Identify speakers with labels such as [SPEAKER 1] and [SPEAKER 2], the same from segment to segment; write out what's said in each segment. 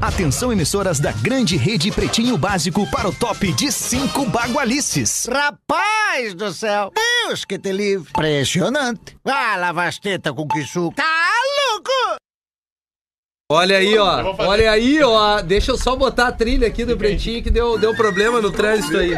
[SPEAKER 1] Atenção, emissoras da grande rede Pretinho Básico para o top de cinco bagualices.
[SPEAKER 2] Rapaz do céu! Deus que te livre! Impressionante! Ah, lava as tetas com que suco! Tá louco!
[SPEAKER 3] Olha aí, ó. Olha aí, ó. Deixa eu só botar a trilha aqui do Pretinho que deu, deu problema no trânsito aí.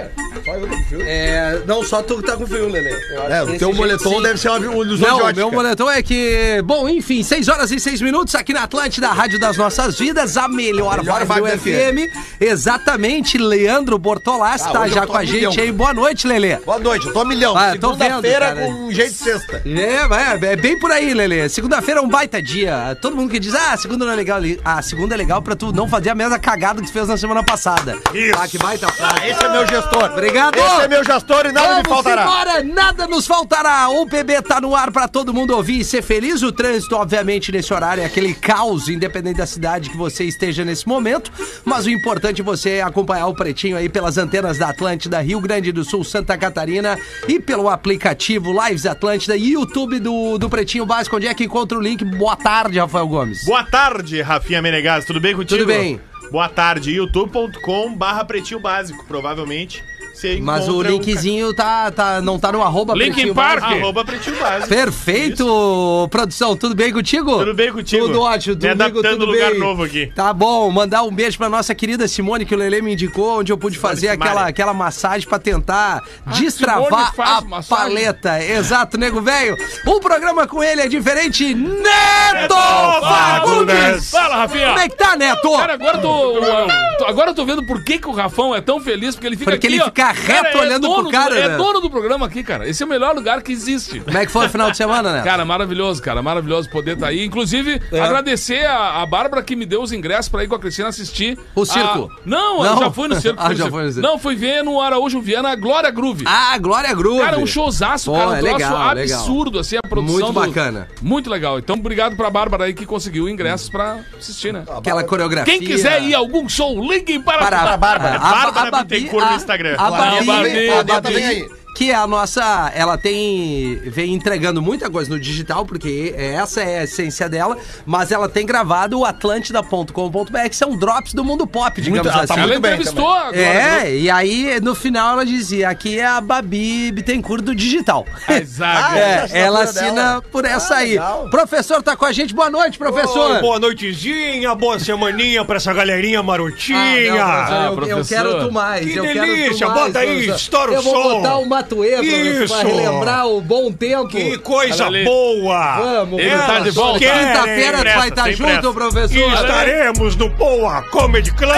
[SPEAKER 3] É, não, só tu que tá com frio, Lelê. Eu acho
[SPEAKER 4] É,
[SPEAKER 3] que
[SPEAKER 4] o
[SPEAKER 3] desse
[SPEAKER 4] teu
[SPEAKER 3] jeito,
[SPEAKER 4] moletom
[SPEAKER 3] sim.
[SPEAKER 4] deve ser uma um ilusão
[SPEAKER 3] Não,
[SPEAKER 4] de
[SPEAKER 3] o
[SPEAKER 4] ótica.
[SPEAKER 3] meu moletom é que. Bom, enfim, 6 horas e 6 minutos aqui na Atlântida, a Rádio das Nossas Vidas, a melhor,
[SPEAKER 4] Melhor
[SPEAKER 3] vibe do
[SPEAKER 4] vibe
[SPEAKER 3] FM. Exatamente, Leandro Bortolassi
[SPEAKER 4] Ah,
[SPEAKER 3] tá
[SPEAKER 4] hoje
[SPEAKER 3] já
[SPEAKER 4] eu tô
[SPEAKER 3] com a
[SPEAKER 4] um
[SPEAKER 3] gente
[SPEAKER 4] milhão.
[SPEAKER 3] aí. Boa noite, Lelê.
[SPEAKER 4] Boa noite, eu tô milhão.
[SPEAKER 3] Ah, eu tô
[SPEAKER 4] Segunda-feira
[SPEAKER 3] vendo, cara.
[SPEAKER 4] com um jeito de sexta.
[SPEAKER 3] É, vai, é bem por aí, Lelê. Segunda-feira é um baita dia. Todo mundo que diz, ah, segunda não é legal. Lelê." Ah, segunda é legal pra tu não fazer a mesma cagada que tu fez na semana passada. Isso. Ah, que baita frase.
[SPEAKER 4] Esse é meu gestor.
[SPEAKER 3] Obrigado.
[SPEAKER 4] Esse é meu gestor e nada me
[SPEAKER 3] Vamos
[SPEAKER 4] faltará.
[SPEAKER 3] embora, nada nos faltará. O PB tá no ar pra todo mundo ouvir e ser feliz. O trânsito, obviamente, nesse horário é aquele caos, independente da cidade que você esteja nesse momento. Mas o importante é você acompanhar o Pretinho aí pelas antenas da Atlântida, Rio Grande do Sul, Santa Catarina e pelo aplicativo Lives Atlântida e YouTube do, do Pretinho Básico, onde é que encontra o link. Boa tarde, Rafael Gomes.
[SPEAKER 5] Boa tarde, Rafinha Menegas, tudo bem contigo?
[SPEAKER 3] Tudo bem.
[SPEAKER 5] Boa tarde, youtube.com barra pretinho básico, provavelmente você
[SPEAKER 3] Mas o
[SPEAKER 5] encontra
[SPEAKER 3] linkzinho tá, tá, não tá no arroba
[SPEAKER 5] Linkin
[SPEAKER 3] Pretinho
[SPEAKER 5] ca-
[SPEAKER 3] Básico.
[SPEAKER 5] arroba pretinho básico.
[SPEAKER 3] Perfeito,
[SPEAKER 5] Isso.
[SPEAKER 3] produção, tudo bem contigo?
[SPEAKER 5] Tudo bem contigo.
[SPEAKER 3] Tudo ótimo,
[SPEAKER 5] Me
[SPEAKER 3] domingo,
[SPEAKER 5] adaptando
[SPEAKER 3] tudo
[SPEAKER 5] lugar
[SPEAKER 3] bem.
[SPEAKER 5] novo aqui.
[SPEAKER 3] Tá bom, mandar um beijo pra nossa querida Simone, que o Lele me indicou, onde eu pude fazer
[SPEAKER 5] Simária.
[SPEAKER 3] aquela, aquela massagem pra tentar destravar
[SPEAKER 6] Simone faz
[SPEAKER 3] a
[SPEAKER 6] massagem.
[SPEAKER 3] paleta. Exato, nego velho. O programa com ele é diferente. Neto Fagundes!
[SPEAKER 5] Fagundes!
[SPEAKER 6] Fala, Rafinha!
[SPEAKER 3] Como é que tá, Neto?
[SPEAKER 6] Cara, agora eu tô, eu- tô- agora eu tô vendo por que, que o Rafão é tão feliz, porque ele fica
[SPEAKER 3] Porque
[SPEAKER 6] aqui,
[SPEAKER 3] ele
[SPEAKER 6] ó.
[SPEAKER 3] fica reto
[SPEAKER 6] Cara, é
[SPEAKER 3] olhando
[SPEAKER 6] dono
[SPEAKER 3] pro cara,
[SPEAKER 6] do,
[SPEAKER 3] né?
[SPEAKER 6] É dono do programa aqui, cara. Esse é o melhor lugar que existe.
[SPEAKER 3] Como é que foi o final de semana, Neto?
[SPEAKER 6] Cara, maravilhoso, cara. Maravilhoso poder estar aí. Inclusive,
[SPEAKER 3] É.
[SPEAKER 6] agradecer a, a Bárbara que me deu os ingressos pra ir com a Cristina assistir.
[SPEAKER 3] O
[SPEAKER 6] a-
[SPEAKER 3] circo?
[SPEAKER 6] Não,
[SPEAKER 3] Não?
[SPEAKER 6] eu já fui no circo.
[SPEAKER 3] Ah,
[SPEAKER 6] fui no
[SPEAKER 3] já
[SPEAKER 6] circo.
[SPEAKER 3] foi no circo.
[SPEAKER 6] Não, fui ver no Araújo Viana a Glória Groove.
[SPEAKER 3] Ah, Glória Groove.
[SPEAKER 6] Cara, um showzaço,
[SPEAKER 3] Pô,
[SPEAKER 6] cara. Um
[SPEAKER 3] é
[SPEAKER 6] troço
[SPEAKER 3] legal, legal.
[SPEAKER 6] absurdo, assim, a produção.
[SPEAKER 3] Muito
[SPEAKER 6] do-
[SPEAKER 3] bacana.
[SPEAKER 6] Muito legal. Então, obrigado pra Bárbara aí que conseguiu ingressos pra assistir, né?
[SPEAKER 3] Aquela coreografia.
[SPEAKER 6] Quem quiser ir a algum show, liguem para,
[SPEAKER 3] para a
[SPEAKER 4] Bárbara.
[SPEAKER 3] A, a,
[SPEAKER 5] Bárbara Bittencourt no Instagram.
[SPEAKER 3] A
[SPEAKER 6] Claro,
[SPEAKER 3] Babi,
[SPEAKER 6] Babi,
[SPEAKER 3] a
[SPEAKER 4] Babi vem
[SPEAKER 3] Babi,
[SPEAKER 4] aí.
[SPEAKER 3] que é a nossa, ela tem vem entregando muita coisa no digital, porque essa é a essência dela, mas ela tem gravado o atlântida.com.br, que são drops do mundo pop, digamos
[SPEAKER 4] ah, tá
[SPEAKER 3] assim.
[SPEAKER 6] Ela
[SPEAKER 4] muito bem
[SPEAKER 6] entrevistou agora.
[SPEAKER 3] É, e aí no final ela dizia: aqui é a Babi Bittencourt do digital.
[SPEAKER 6] A zaga.
[SPEAKER 4] Ah,
[SPEAKER 3] É,
[SPEAKER 4] essa
[SPEAKER 3] ela
[SPEAKER 4] assinatura
[SPEAKER 3] assina
[SPEAKER 4] dela.
[SPEAKER 3] por essa
[SPEAKER 4] Ah,
[SPEAKER 3] aí.
[SPEAKER 4] legal.
[SPEAKER 3] Professor tá com a gente, boa noite, professor.
[SPEAKER 7] Oi, boa noitezinha, boa semaninha pra essa galerinha marotinha.
[SPEAKER 3] Ah, não, professor, eu- eu,
[SPEAKER 6] Ah, professor.
[SPEAKER 3] quero tu mais.
[SPEAKER 7] Que
[SPEAKER 3] eu quero tu
[SPEAKER 7] delícia,
[SPEAKER 3] mais,
[SPEAKER 7] bota aí,
[SPEAKER 3] professor.
[SPEAKER 7] estoura o
[SPEAKER 3] Eu vou
[SPEAKER 7] som.
[SPEAKER 3] botar o Matuê professor, pra
[SPEAKER 7] Isso.
[SPEAKER 3] relembrar o bom tempo.
[SPEAKER 7] que coisa
[SPEAKER 6] Olha ali.
[SPEAKER 7] boa!
[SPEAKER 3] Vamos,
[SPEAKER 6] Ele tá de
[SPEAKER 7] Elas
[SPEAKER 6] volta.
[SPEAKER 7] querem.
[SPEAKER 3] Quinta-feira tu vai
[SPEAKER 5] pressa,
[SPEAKER 3] estar
[SPEAKER 5] sem
[SPEAKER 3] junto,
[SPEAKER 5] pressa.
[SPEAKER 7] E
[SPEAKER 3] professor.
[SPEAKER 7] estaremos no Boa Comedy Club!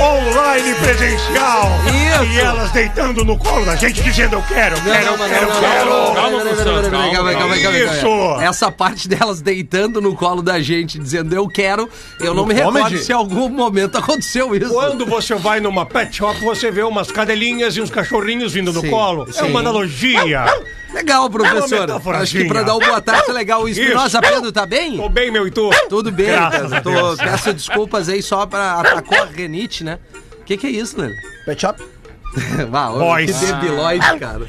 [SPEAKER 7] Online presencial!
[SPEAKER 3] Isso.
[SPEAKER 7] E elas deitando no colo da gente dizendo eu quero, eu quero, eu quero, eu quero!
[SPEAKER 6] Calma,
[SPEAKER 3] Peraí, peraí, peraí,
[SPEAKER 6] professor,
[SPEAKER 3] peraí,
[SPEAKER 6] calma,
[SPEAKER 3] calma, calma, calma,
[SPEAKER 7] Isso.
[SPEAKER 3] calma. Essa parte delas deitando no colo da gente, dizendo eu quero, eu não me recordo
[SPEAKER 4] comedy?
[SPEAKER 3] se em algum momento aconteceu isso.
[SPEAKER 7] Quando você vai numa pet shop, você vê umas cadelinhas e uns cachorrinhos vindo
[SPEAKER 3] Sim,
[SPEAKER 7] no colo.
[SPEAKER 3] sim.
[SPEAKER 7] É uma analogia. É
[SPEAKER 3] Legal, professor.
[SPEAKER 7] metaforazinha.
[SPEAKER 3] Acho que pra dar um boa tarde é legal. O Espinosa Pedro tá bem?
[SPEAKER 7] Tô bem, meu e tu?
[SPEAKER 3] Tudo bem,
[SPEAKER 7] Graças
[SPEAKER 3] cara.
[SPEAKER 7] a
[SPEAKER 3] Tô-
[SPEAKER 7] Deus.
[SPEAKER 3] peço desculpas aí só pra atacou a renite, né? O que, que é isso, Lele?
[SPEAKER 4] Pet Shop?
[SPEAKER 3] Bah, ô,
[SPEAKER 7] Boys.
[SPEAKER 3] que debilóide, cara.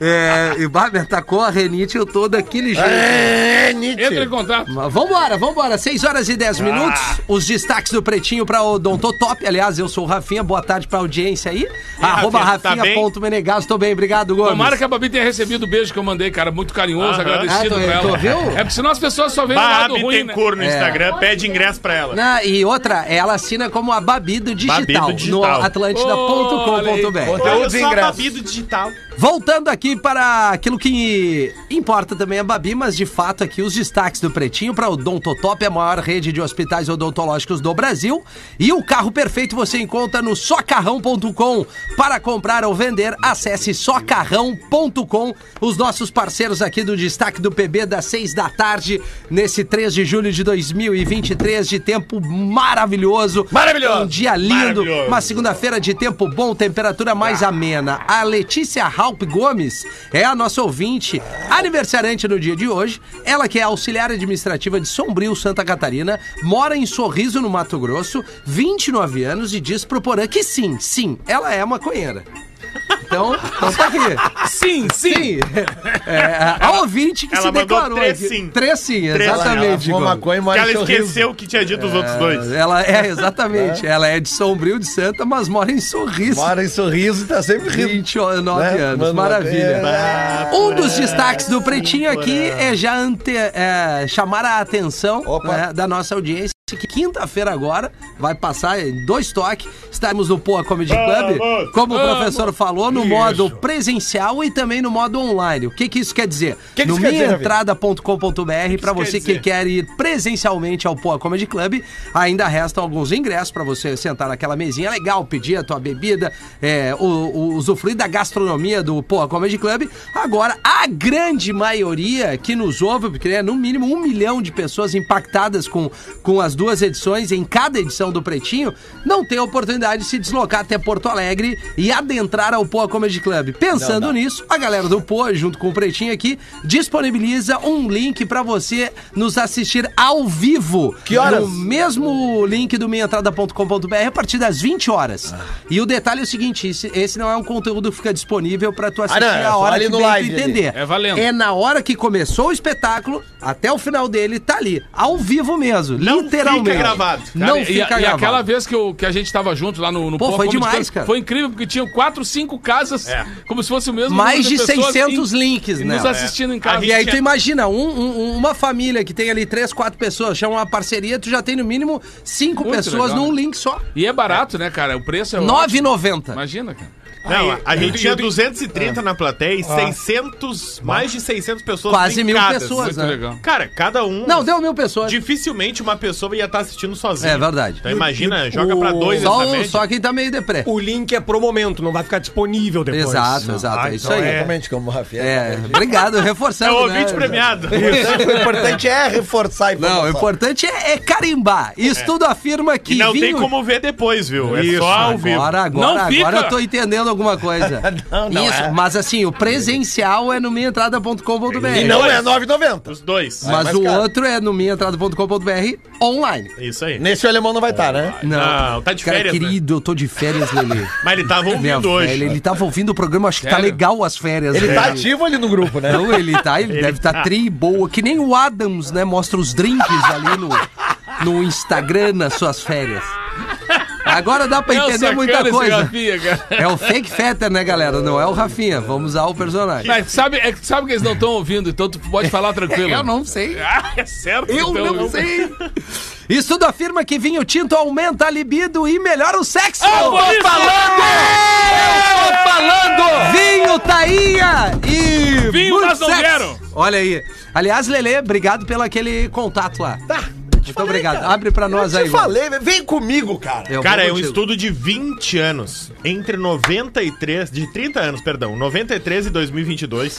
[SPEAKER 3] É, e bah, me atacou a renite, eu tô daquele jeito.
[SPEAKER 4] É,
[SPEAKER 6] Entra em
[SPEAKER 4] Nietzsche.
[SPEAKER 6] contato.
[SPEAKER 3] Mas Vambora, vambora. 6 horas e 10 minutos. Os destaques do Pretinho pra Odonto Top. Aliás, eu sou o Rafinha. Boa tarde pra audiência aí. Arroba
[SPEAKER 5] Rafinha, tu tá bem?
[SPEAKER 3] Rafinha.menegas. tô bem, obrigado, Gomes.
[SPEAKER 6] Tomara que a Babi tenha recebido o beijo que eu mandei, cara. Muito
[SPEAKER 5] Aham.
[SPEAKER 6] carinhoso, agradecido
[SPEAKER 3] Ah, tu-
[SPEAKER 6] pra
[SPEAKER 3] tu
[SPEAKER 6] ela.
[SPEAKER 3] viu?
[SPEAKER 6] É porque senão as pessoas só veem o
[SPEAKER 5] Barra
[SPEAKER 6] lado ruim, né?
[SPEAKER 5] Bittencourt no
[SPEAKER 3] É.
[SPEAKER 5] Instagram, pede ingresso pra ela.
[SPEAKER 3] Na- e outra, ela assina como a Babi do Digital,
[SPEAKER 5] Babi do Digital.
[SPEAKER 3] no atlântida.com.br.
[SPEAKER 4] Conteúdo
[SPEAKER 5] Olha
[SPEAKER 4] de
[SPEAKER 5] só,
[SPEAKER 4] ingresso.
[SPEAKER 5] Babido Digital.
[SPEAKER 3] Voltando aqui para aquilo que importa também a Babi, mas de fato aqui os destaques do Pretinho para o Odontotop, a maior rede de hospitais odontológicos do Brasil. E o carro perfeito você encontra no socarrão.com. Para comprar ou vender, acesse socarrão.com. Os nossos parceiros aqui do Destaque do PB das 6 da tarde, nesse 3 de julho de 2023, de tempo maravilhoso.
[SPEAKER 5] Maravilhoso.
[SPEAKER 3] Um dia lindo,
[SPEAKER 5] Maravilhoso. Ah.
[SPEAKER 3] uma segunda-feira de tempo bom, temperatura mais amena. A Letícia Halp Gomes é a nossa ouvinte, aniversariante no dia de hoje. Ela que é auxiliar administrativa de Sombrio, Santa Catarina, mora em Sorriso, no Mato Grosso, 29 anos e diz pro Porã que sim, sim, ela é maconheira. Então, então tá
[SPEAKER 4] Ah,
[SPEAKER 3] aqui.
[SPEAKER 6] Sim, sim.
[SPEAKER 3] Sim. É, a ouvinte que
[SPEAKER 5] ela
[SPEAKER 3] se
[SPEAKER 5] mandou
[SPEAKER 3] declarou.
[SPEAKER 5] três
[SPEAKER 3] aqui.
[SPEAKER 5] sim.
[SPEAKER 3] Três sim,
[SPEAKER 5] Três sim,
[SPEAKER 3] exatamente.
[SPEAKER 5] ela
[SPEAKER 3] Igor.
[SPEAKER 4] maconha e
[SPEAKER 5] Que
[SPEAKER 4] mora
[SPEAKER 5] ela
[SPEAKER 4] em Sorriso.
[SPEAKER 5] esqueceu o que tinha dito os outros dois.
[SPEAKER 3] Ela é, exatamente. Ela é de Sombrio de Santa, mas mora em Sorriso.
[SPEAKER 4] Mora em Sorriso e tá sempre rindo.
[SPEAKER 3] 29
[SPEAKER 4] Né?
[SPEAKER 3] anos,
[SPEAKER 4] Mano,
[SPEAKER 3] maravilha. Um dos destaques do Pretinho aqui é já ante, é, chamar a atenção
[SPEAKER 4] Opa.
[SPEAKER 3] né, da nossa audiência, que quinta-feira agora vai passar em dois toques, estaremos no Poa Comedy Club, como o professor falou, no modo presencial e também no modo online. O que, que isso quer dizer?
[SPEAKER 4] que
[SPEAKER 3] no
[SPEAKER 4] isso quer dizer, Davi?
[SPEAKER 3] minhaentrada.com.br, para
[SPEAKER 5] isso quer
[SPEAKER 3] você que
[SPEAKER 5] dizer?
[SPEAKER 3] quer ir presencialmente ao Poa Comedy Club, ainda restam alguns ingressos para você sentar naquela mesinha legal, pedir a tua bebida, é, o, o- usufruir da gastronomia do Poa Comedy Club. Agora, a grande maioria que nos ouve, porque é no mínimo um milhão de pessoas impactadas com, com as duas edições, em cada edição do Pretinho, não tem a oportunidade de se deslocar até Porto Alegre e adentrar ao Poa Comedy Club. Pensando nisso, a galera do Poa, junto com o Pretinho aqui, disponibiliza um link para você nos assistir ao vivo.
[SPEAKER 4] Que horas?
[SPEAKER 3] No mesmo link do minhaentrada.com.br a partir das 20 horas.
[SPEAKER 4] Ah.
[SPEAKER 3] E o detalhe é o seguinte, esse, esse não é um conteúdo que fica disponível para tu assistir
[SPEAKER 4] não, é
[SPEAKER 3] a
[SPEAKER 4] só
[SPEAKER 3] hora
[SPEAKER 4] ali
[SPEAKER 3] que
[SPEAKER 4] no
[SPEAKER 3] bem tu
[SPEAKER 4] live ali.
[SPEAKER 3] entender.
[SPEAKER 6] É valendo.
[SPEAKER 3] É na hora que começou o espetáculo, até o final dele, tá ali. Ao vivo mesmo,
[SPEAKER 5] Não
[SPEAKER 3] literalmente.
[SPEAKER 5] fica gravado.
[SPEAKER 3] Não
[SPEAKER 6] Cara, e-
[SPEAKER 3] fica
[SPEAKER 6] e,
[SPEAKER 3] gravado.
[SPEAKER 6] e aquela vez que, eu- que a gente tava junto lá no, no
[SPEAKER 3] Pô,
[SPEAKER 6] Poa
[SPEAKER 3] foi
[SPEAKER 6] Comedy
[SPEAKER 3] demais,
[SPEAKER 6] Club,
[SPEAKER 3] cara.
[SPEAKER 6] Foi incrível, porque tinham quatro, cinco casas, como se fosse o mesmo
[SPEAKER 3] Mais
[SPEAKER 6] número
[SPEAKER 3] de
[SPEAKER 6] pessoas
[SPEAKER 3] 600
[SPEAKER 6] em-
[SPEAKER 3] links,
[SPEAKER 6] e
[SPEAKER 3] né?
[SPEAKER 6] nos assistindo em casa.
[SPEAKER 3] E aí tu imagina, um- um- uma família que tem ali três, quatro pessoas, chama uma parceria, tu já tem no mínimo cinco
[SPEAKER 6] Muito
[SPEAKER 3] pessoas
[SPEAKER 6] legal,
[SPEAKER 3] num
[SPEAKER 6] né?
[SPEAKER 3] link só.
[SPEAKER 6] E é barato, né, cara? O preço é ótimo.
[SPEAKER 3] 9,90.
[SPEAKER 6] Imagina, cara.
[SPEAKER 5] Não, a
[SPEAKER 7] Aí,
[SPEAKER 5] gente tinha
[SPEAKER 7] eu tenho-
[SPEAKER 3] ah.
[SPEAKER 5] 230 na plateia e 600, mais de 600 pessoas
[SPEAKER 3] Quase mil
[SPEAKER 5] linkadas.
[SPEAKER 3] pessoas,
[SPEAKER 6] Muito
[SPEAKER 3] né?
[SPEAKER 6] legal.
[SPEAKER 5] Cara, cada um...
[SPEAKER 3] Não, deu mil pessoas.
[SPEAKER 5] Dificilmente uma pessoa ia estar assistindo sozinha.
[SPEAKER 3] É verdade.
[SPEAKER 5] Então imagina, joga
[SPEAKER 7] o-
[SPEAKER 5] pra dois
[SPEAKER 3] Só,
[SPEAKER 5] essa
[SPEAKER 3] um-
[SPEAKER 5] média.
[SPEAKER 3] só quem tá meio deprê.
[SPEAKER 7] O link é pro momento, não vai ficar disponível depois. Ah, então
[SPEAKER 3] Exato, exato, é isso aí.
[SPEAKER 4] Exatamente como o Rafael.
[SPEAKER 3] É, obrigado, reforçando.
[SPEAKER 5] É o
[SPEAKER 3] né?
[SPEAKER 5] ouvinte premiado.
[SPEAKER 4] O importante é reforçar a informação.
[SPEAKER 3] Não, o importante é, é carimbar. Estudo afirma que
[SPEAKER 5] E não tem
[SPEAKER 3] vinho-
[SPEAKER 5] como ver depois, viu? É só ao vivo.
[SPEAKER 3] Agora,
[SPEAKER 6] Não
[SPEAKER 3] agora,
[SPEAKER 6] fica.
[SPEAKER 3] agora eu tô entendendo alguma coisa.
[SPEAKER 4] Não, não
[SPEAKER 3] Isso,
[SPEAKER 4] é.
[SPEAKER 3] mas assim, o presencial é no minhaentrada.com.br.
[SPEAKER 4] E não é 9,90.
[SPEAKER 5] Os dois.
[SPEAKER 3] Mas
[SPEAKER 4] mais
[SPEAKER 3] o
[SPEAKER 4] caro.
[SPEAKER 3] outro é no minhaentrada.com.br online.
[SPEAKER 5] é Isso aí.
[SPEAKER 4] Nesse o alemão não vai estar, né?
[SPEAKER 3] Não,
[SPEAKER 5] Não, tá de
[SPEAKER 3] cara,
[SPEAKER 5] férias, né?
[SPEAKER 3] querido, eu tô de férias, Lelê.
[SPEAKER 5] Mas ele tava
[SPEAKER 3] Minha
[SPEAKER 5] ouvindo
[SPEAKER 3] velha,
[SPEAKER 5] hoje.
[SPEAKER 3] ele tava ouvindo o programa, acho que tá
[SPEAKER 6] Sério?
[SPEAKER 3] legal as férias.
[SPEAKER 4] Ele
[SPEAKER 3] né?
[SPEAKER 4] tá ativo ali no grupo, né?
[SPEAKER 3] Não, ele tá, ele, deve estar tá tri boa, que nem o Adams, né? Mostra os drinks ali no, no Instagram nas suas férias. Agora dá pra
[SPEAKER 6] Eu
[SPEAKER 3] entender
[SPEAKER 6] É sacana
[SPEAKER 3] muita
[SPEAKER 6] esse
[SPEAKER 3] coisa.
[SPEAKER 6] Rafinha, cara.
[SPEAKER 3] É o fake fetter, né, galera? Não é o Rafinha. Vamos usar o personagem.
[SPEAKER 6] Mas sabe, é que sabe que eles não estão ouvindo, então tu pode falar tranquilo.
[SPEAKER 3] Eu não sei.
[SPEAKER 5] Ah, é certo?
[SPEAKER 3] Eu
[SPEAKER 5] então,
[SPEAKER 3] não sei. Estudo afirma que vinho tinto aumenta a libido e melhora o sexo. Eu
[SPEAKER 6] vou falando!
[SPEAKER 3] Eu tô falando! Vinho, Tainha e
[SPEAKER 6] Vinho
[SPEAKER 3] muito
[SPEAKER 6] nós não
[SPEAKER 3] sexo.
[SPEAKER 6] quero.
[SPEAKER 3] Olha aí. Aliás, Lele, obrigado pelo aquele contato lá. Tá. Muito obrigado. Abre pra nós
[SPEAKER 4] Eu
[SPEAKER 3] aí.
[SPEAKER 4] te
[SPEAKER 3] Igor.
[SPEAKER 4] falei, vem comigo, cara.
[SPEAKER 3] Eu
[SPEAKER 5] Cara,
[SPEAKER 3] vou
[SPEAKER 5] é um
[SPEAKER 3] contigo.
[SPEAKER 5] estudo de 20 anos. Entre 93, de 30 anos, perdão, 93 e 2022.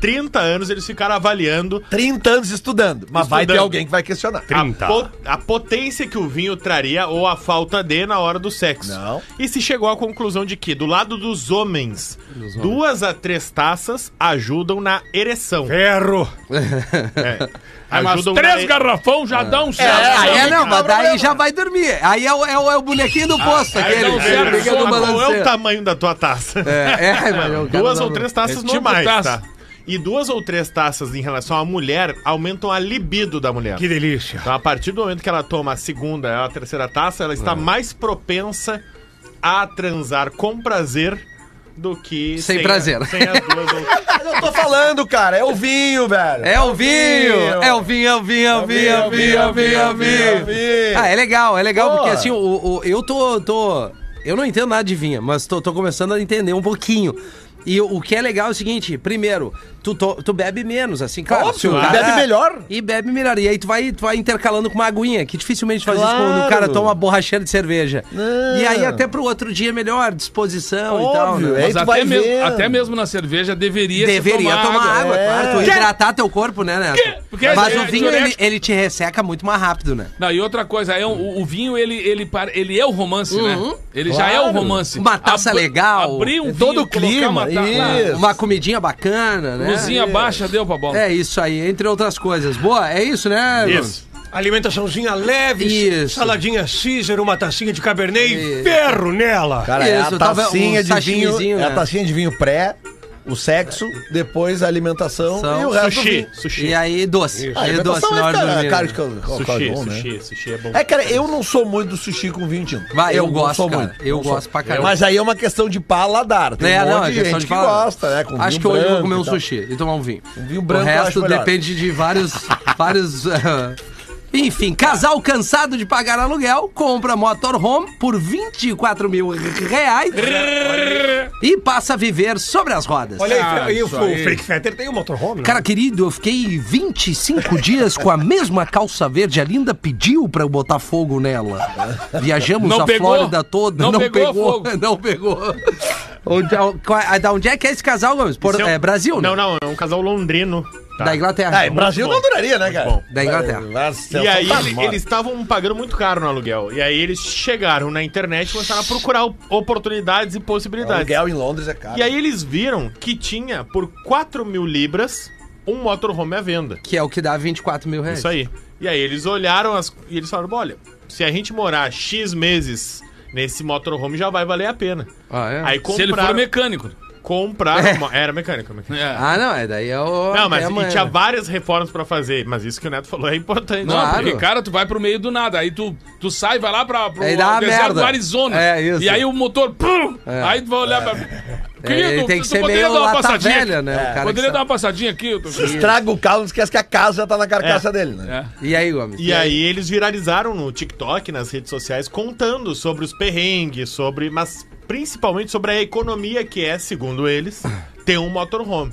[SPEAKER 5] 30 anos eles ficaram avaliando
[SPEAKER 4] 30 anos estudando, mas vai ter
[SPEAKER 5] Estudando.
[SPEAKER 4] alguém que vai questionar.
[SPEAKER 5] a,
[SPEAKER 7] 30.
[SPEAKER 5] po- a potência que o vinho traria ou a falta de na hora do sexo.
[SPEAKER 4] Não.
[SPEAKER 5] E se chegou à conclusão de que, do lado dos homens, duas a três taças ajudam na ereção.
[SPEAKER 7] Ferro.
[SPEAKER 5] É.
[SPEAKER 6] Aí, mas
[SPEAKER 5] Ajudam na
[SPEAKER 6] três
[SPEAKER 5] e-
[SPEAKER 6] garrafão já dá um
[SPEAKER 4] é,
[SPEAKER 3] Aí é,
[SPEAKER 4] aí
[SPEAKER 3] não,
[SPEAKER 4] que tá
[SPEAKER 3] mas
[SPEAKER 4] o
[SPEAKER 3] daí
[SPEAKER 4] problema.
[SPEAKER 3] já vai dormir. Aí é o, é o, é o bonequinho
[SPEAKER 5] Ah,
[SPEAKER 3] do posto, aquele.
[SPEAKER 6] não
[SPEAKER 3] Ele
[SPEAKER 6] serve,
[SPEAKER 3] fica
[SPEAKER 6] só
[SPEAKER 3] no
[SPEAKER 5] Mas Qual é o
[SPEAKER 3] balanceiro.
[SPEAKER 5] tamanho da tua taça?
[SPEAKER 3] É, é, mas eu quero
[SPEAKER 5] duas
[SPEAKER 3] dar
[SPEAKER 5] ou
[SPEAKER 3] uma-
[SPEAKER 5] três taças
[SPEAKER 6] É tipo
[SPEAKER 5] normais,
[SPEAKER 6] taça.
[SPEAKER 5] tá? E duas ou três taças em relação à mulher aumentam a libido da mulher.
[SPEAKER 7] Que delícia.
[SPEAKER 5] Então, a partir do momento que ela toma a segunda ou a terceira taça, ela está mais propensa a transar com prazer do que
[SPEAKER 3] Sem
[SPEAKER 5] a-
[SPEAKER 3] prazer.
[SPEAKER 5] sem as duas ou...
[SPEAKER 4] Eu tô falando, cara, é o vinho, velho.
[SPEAKER 3] É o vinho! É o vinho, é o vinho, é o vinho, é o vinho, é o vinho, é o vinho. Ah, é legal, é legal,
[SPEAKER 4] Pô.
[SPEAKER 3] porque assim, o, o- eu tô, tô- Eu não entendo nada de vinho, mas tô, tô começando a entender um pouquinho. E o, o que é legal é o seguinte, primeiro, tu, to- tu bebe menos, assim, claro.
[SPEAKER 4] Óbvio,
[SPEAKER 3] se o
[SPEAKER 4] e bebe melhor.
[SPEAKER 3] E bebe melhor. E aí tu vai, tu vai intercalando com uma aguinha, que dificilmente faz isso
[SPEAKER 4] Claro.
[SPEAKER 3] quando o cara toma uma borracheira de cerveja.
[SPEAKER 4] Não.
[SPEAKER 3] E aí até pro outro dia é melhor, disposição e tal.
[SPEAKER 4] Óbvio,
[SPEAKER 3] né?
[SPEAKER 4] é. Aí
[SPEAKER 6] Mas
[SPEAKER 4] tu
[SPEAKER 6] até,
[SPEAKER 4] vai
[SPEAKER 6] mesmo-
[SPEAKER 4] vendo.
[SPEAKER 6] até mesmo na cerveja deveria se
[SPEAKER 3] Deveria tomar, água,
[SPEAKER 4] É.
[SPEAKER 3] claro. Tu hidratar teu corpo, né, Neto?
[SPEAKER 6] Porque
[SPEAKER 3] Mas
[SPEAKER 6] é
[SPEAKER 3] o vinho, ele,
[SPEAKER 6] diurético.
[SPEAKER 3] ele te resseca muito mais rápido, né?
[SPEAKER 6] Não, e outra coisa, é um- o, o vinho, ele, ele, par- ele é o romance, né? Ele já é o romance.
[SPEAKER 3] Uhum. Uma taça legal,
[SPEAKER 6] Abrir um
[SPEAKER 4] é todo
[SPEAKER 6] vinho,
[SPEAKER 4] o clima,
[SPEAKER 6] colocar uma taça.
[SPEAKER 4] Isso.
[SPEAKER 3] Uma comidinha bacana, né?
[SPEAKER 6] Luzinha baixa deu pra bola.
[SPEAKER 3] É isso aí, entre outras coisas. Boa, é isso, né?
[SPEAKER 5] Isso.
[SPEAKER 3] Bruno?
[SPEAKER 7] Alimentaçãozinha leve,
[SPEAKER 3] Isso.
[SPEAKER 7] saladinha Caesar, uma tacinha de Cabernet e
[SPEAKER 3] Isso.
[SPEAKER 7] ferro nela.
[SPEAKER 4] Cara, é
[SPEAKER 3] Isso,
[SPEAKER 4] a
[SPEAKER 3] talvez
[SPEAKER 4] tacinha
[SPEAKER 3] um
[SPEAKER 4] de vinho,
[SPEAKER 3] sashimizinho,
[SPEAKER 4] é a
[SPEAKER 3] né?
[SPEAKER 4] tacinha de vinho pré, o sexo, depois a alimentação
[SPEAKER 3] São
[SPEAKER 4] e o resto do
[SPEAKER 5] Sushi,
[SPEAKER 4] vinho.
[SPEAKER 5] sushi.
[SPEAKER 3] E aí, doce.
[SPEAKER 4] Ah, a
[SPEAKER 3] Aí, doce
[SPEAKER 4] alimentação
[SPEAKER 3] na
[SPEAKER 4] é,
[SPEAKER 3] hora do
[SPEAKER 4] cara,
[SPEAKER 3] dormir.
[SPEAKER 4] cara de cal- cal-
[SPEAKER 5] Sushi,
[SPEAKER 4] calzone, né?
[SPEAKER 5] sushi, sushi é bom.
[SPEAKER 4] É, cara, eu não sou muito do sushi com vinho tinto.
[SPEAKER 3] Vai, eu
[SPEAKER 4] não
[SPEAKER 3] gosto,
[SPEAKER 4] sou
[SPEAKER 3] cara. Eu
[SPEAKER 4] Não sou.
[SPEAKER 3] gosto pra caramba.
[SPEAKER 4] Mas aí é uma questão de paladar. Tem
[SPEAKER 3] É,
[SPEAKER 4] um
[SPEAKER 3] não,
[SPEAKER 4] monte
[SPEAKER 3] é
[SPEAKER 4] de
[SPEAKER 3] questão
[SPEAKER 4] gente
[SPEAKER 3] de
[SPEAKER 4] que
[SPEAKER 3] falar.
[SPEAKER 4] gosta, né? com
[SPEAKER 3] Acho
[SPEAKER 4] vinho
[SPEAKER 3] que hoje eu vou
[SPEAKER 4] branco
[SPEAKER 3] comer
[SPEAKER 4] e
[SPEAKER 3] um
[SPEAKER 4] tal.
[SPEAKER 3] sushi e tomar um vinho.
[SPEAKER 4] Um vinho branco
[SPEAKER 3] o
[SPEAKER 4] eu
[SPEAKER 3] resto
[SPEAKER 4] acho melhor.
[SPEAKER 3] depende de vários. vários ah, Enfim, casal cansado de pagar aluguel, compra motorhome por 24 mil reais e passa a viver sobre as rodas.
[SPEAKER 7] Olha aí,
[SPEAKER 6] Ah,
[SPEAKER 7] e o,
[SPEAKER 6] isso
[SPEAKER 7] o
[SPEAKER 6] aí.
[SPEAKER 7] Fake Fetter tem um motorhome, né?
[SPEAKER 3] Cara querido, eu fiquei 25 dias com a mesma calça verde. A Linda pediu pra eu botar fogo nela. Viajamos
[SPEAKER 6] Não
[SPEAKER 3] a
[SPEAKER 6] pegou?
[SPEAKER 3] Flórida toda.
[SPEAKER 6] Não pegou fogo?
[SPEAKER 3] Não pegou. Onde, qual- da onde é que é esse casal, Gomes? Por-
[SPEAKER 5] Esse um-
[SPEAKER 3] é Brasil, né?
[SPEAKER 5] Não, não, é um casal londrino. tá?
[SPEAKER 3] Da Inglaterra.
[SPEAKER 4] Ah, e Brasil
[SPEAKER 5] bom.
[SPEAKER 4] não duraria, né, cara?
[SPEAKER 5] bom.
[SPEAKER 3] Da Inglaterra.
[SPEAKER 4] Nossa,
[SPEAKER 5] E
[SPEAKER 4] eu
[SPEAKER 5] aí
[SPEAKER 4] sou
[SPEAKER 5] ele-
[SPEAKER 4] mole.
[SPEAKER 5] eles estavam pagando muito caro no aluguel. E aí eles chegaram na internet e começaram a procurar op- oportunidades e possibilidades.
[SPEAKER 4] Aluguel em Londres é caro.
[SPEAKER 5] E aí eles viram que tinha, por 4 mil libras, um motorhome à venda.
[SPEAKER 3] Que é o que dá 24 mil reais.
[SPEAKER 5] Isso aí. E aí eles olharam as- e eles falaram, olha, se a gente morar X meses nesse motorhome, já vai valer a pena.
[SPEAKER 3] Ah, é?
[SPEAKER 5] Aí
[SPEAKER 6] Se ele for
[SPEAKER 5] compraram...
[SPEAKER 6] mecânico.
[SPEAKER 5] compraram uma- Era mecânico. mecânico.
[SPEAKER 6] É.
[SPEAKER 3] Ah, não, é daí é o.
[SPEAKER 5] Não, mas
[SPEAKER 3] é
[SPEAKER 5] e tinha várias reformas pra fazer. Mas isso que o Neto falou é importante.
[SPEAKER 6] Não,
[SPEAKER 3] Claro.
[SPEAKER 6] porque, cara, tu vai pro meio do nada. Aí tu, tu sai, vai lá pra, pro
[SPEAKER 3] Aí dá uma
[SPEAKER 6] deserto
[SPEAKER 3] merda.
[SPEAKER 6] do Arizona.
[SPEAKER 3] É, isso.
[SPEAKER 6] E aí o motor. pum,
[SPEAKER 3] É.
[SPEAKER 6] Aí tu vai olhar pra.
[SPEAKER 3] É, ele tem que
[SPEAKER 6] tu
[SPEAKER 3] ser
[SPEAKER 6] poderia
[SPEAKER 3] meio
[SPEAKER 6] dar uma
[SPEAKER 3] lata
[SPEAKER 6] passadinha
[SPEAKER 3] velha,
[SPEAKER 6] aqui?
[SPEAKER 3] né? O cara
[SPEAKER 6] Poderia
[SPEAKER 3] que
[SPEAKER 6] dar
[SPEAKER 3] sabe.
[SPEAKER 6] uma passadinha aqui? Eu tô...
[SPEAKER 4] Estraga o carro, não esquece que a casa já tá na carcaça dele, né?
[SPEAKER 6] É.
[SPEAKER 3] E aí, Gomes?
[SPEAKER 5] E aí eles viralizaram no TikTok, nas redes sociais, contando sobre os perrengues, sobre. Mas principalmente sobre a economia que é, segundo eles, ter um motorhome.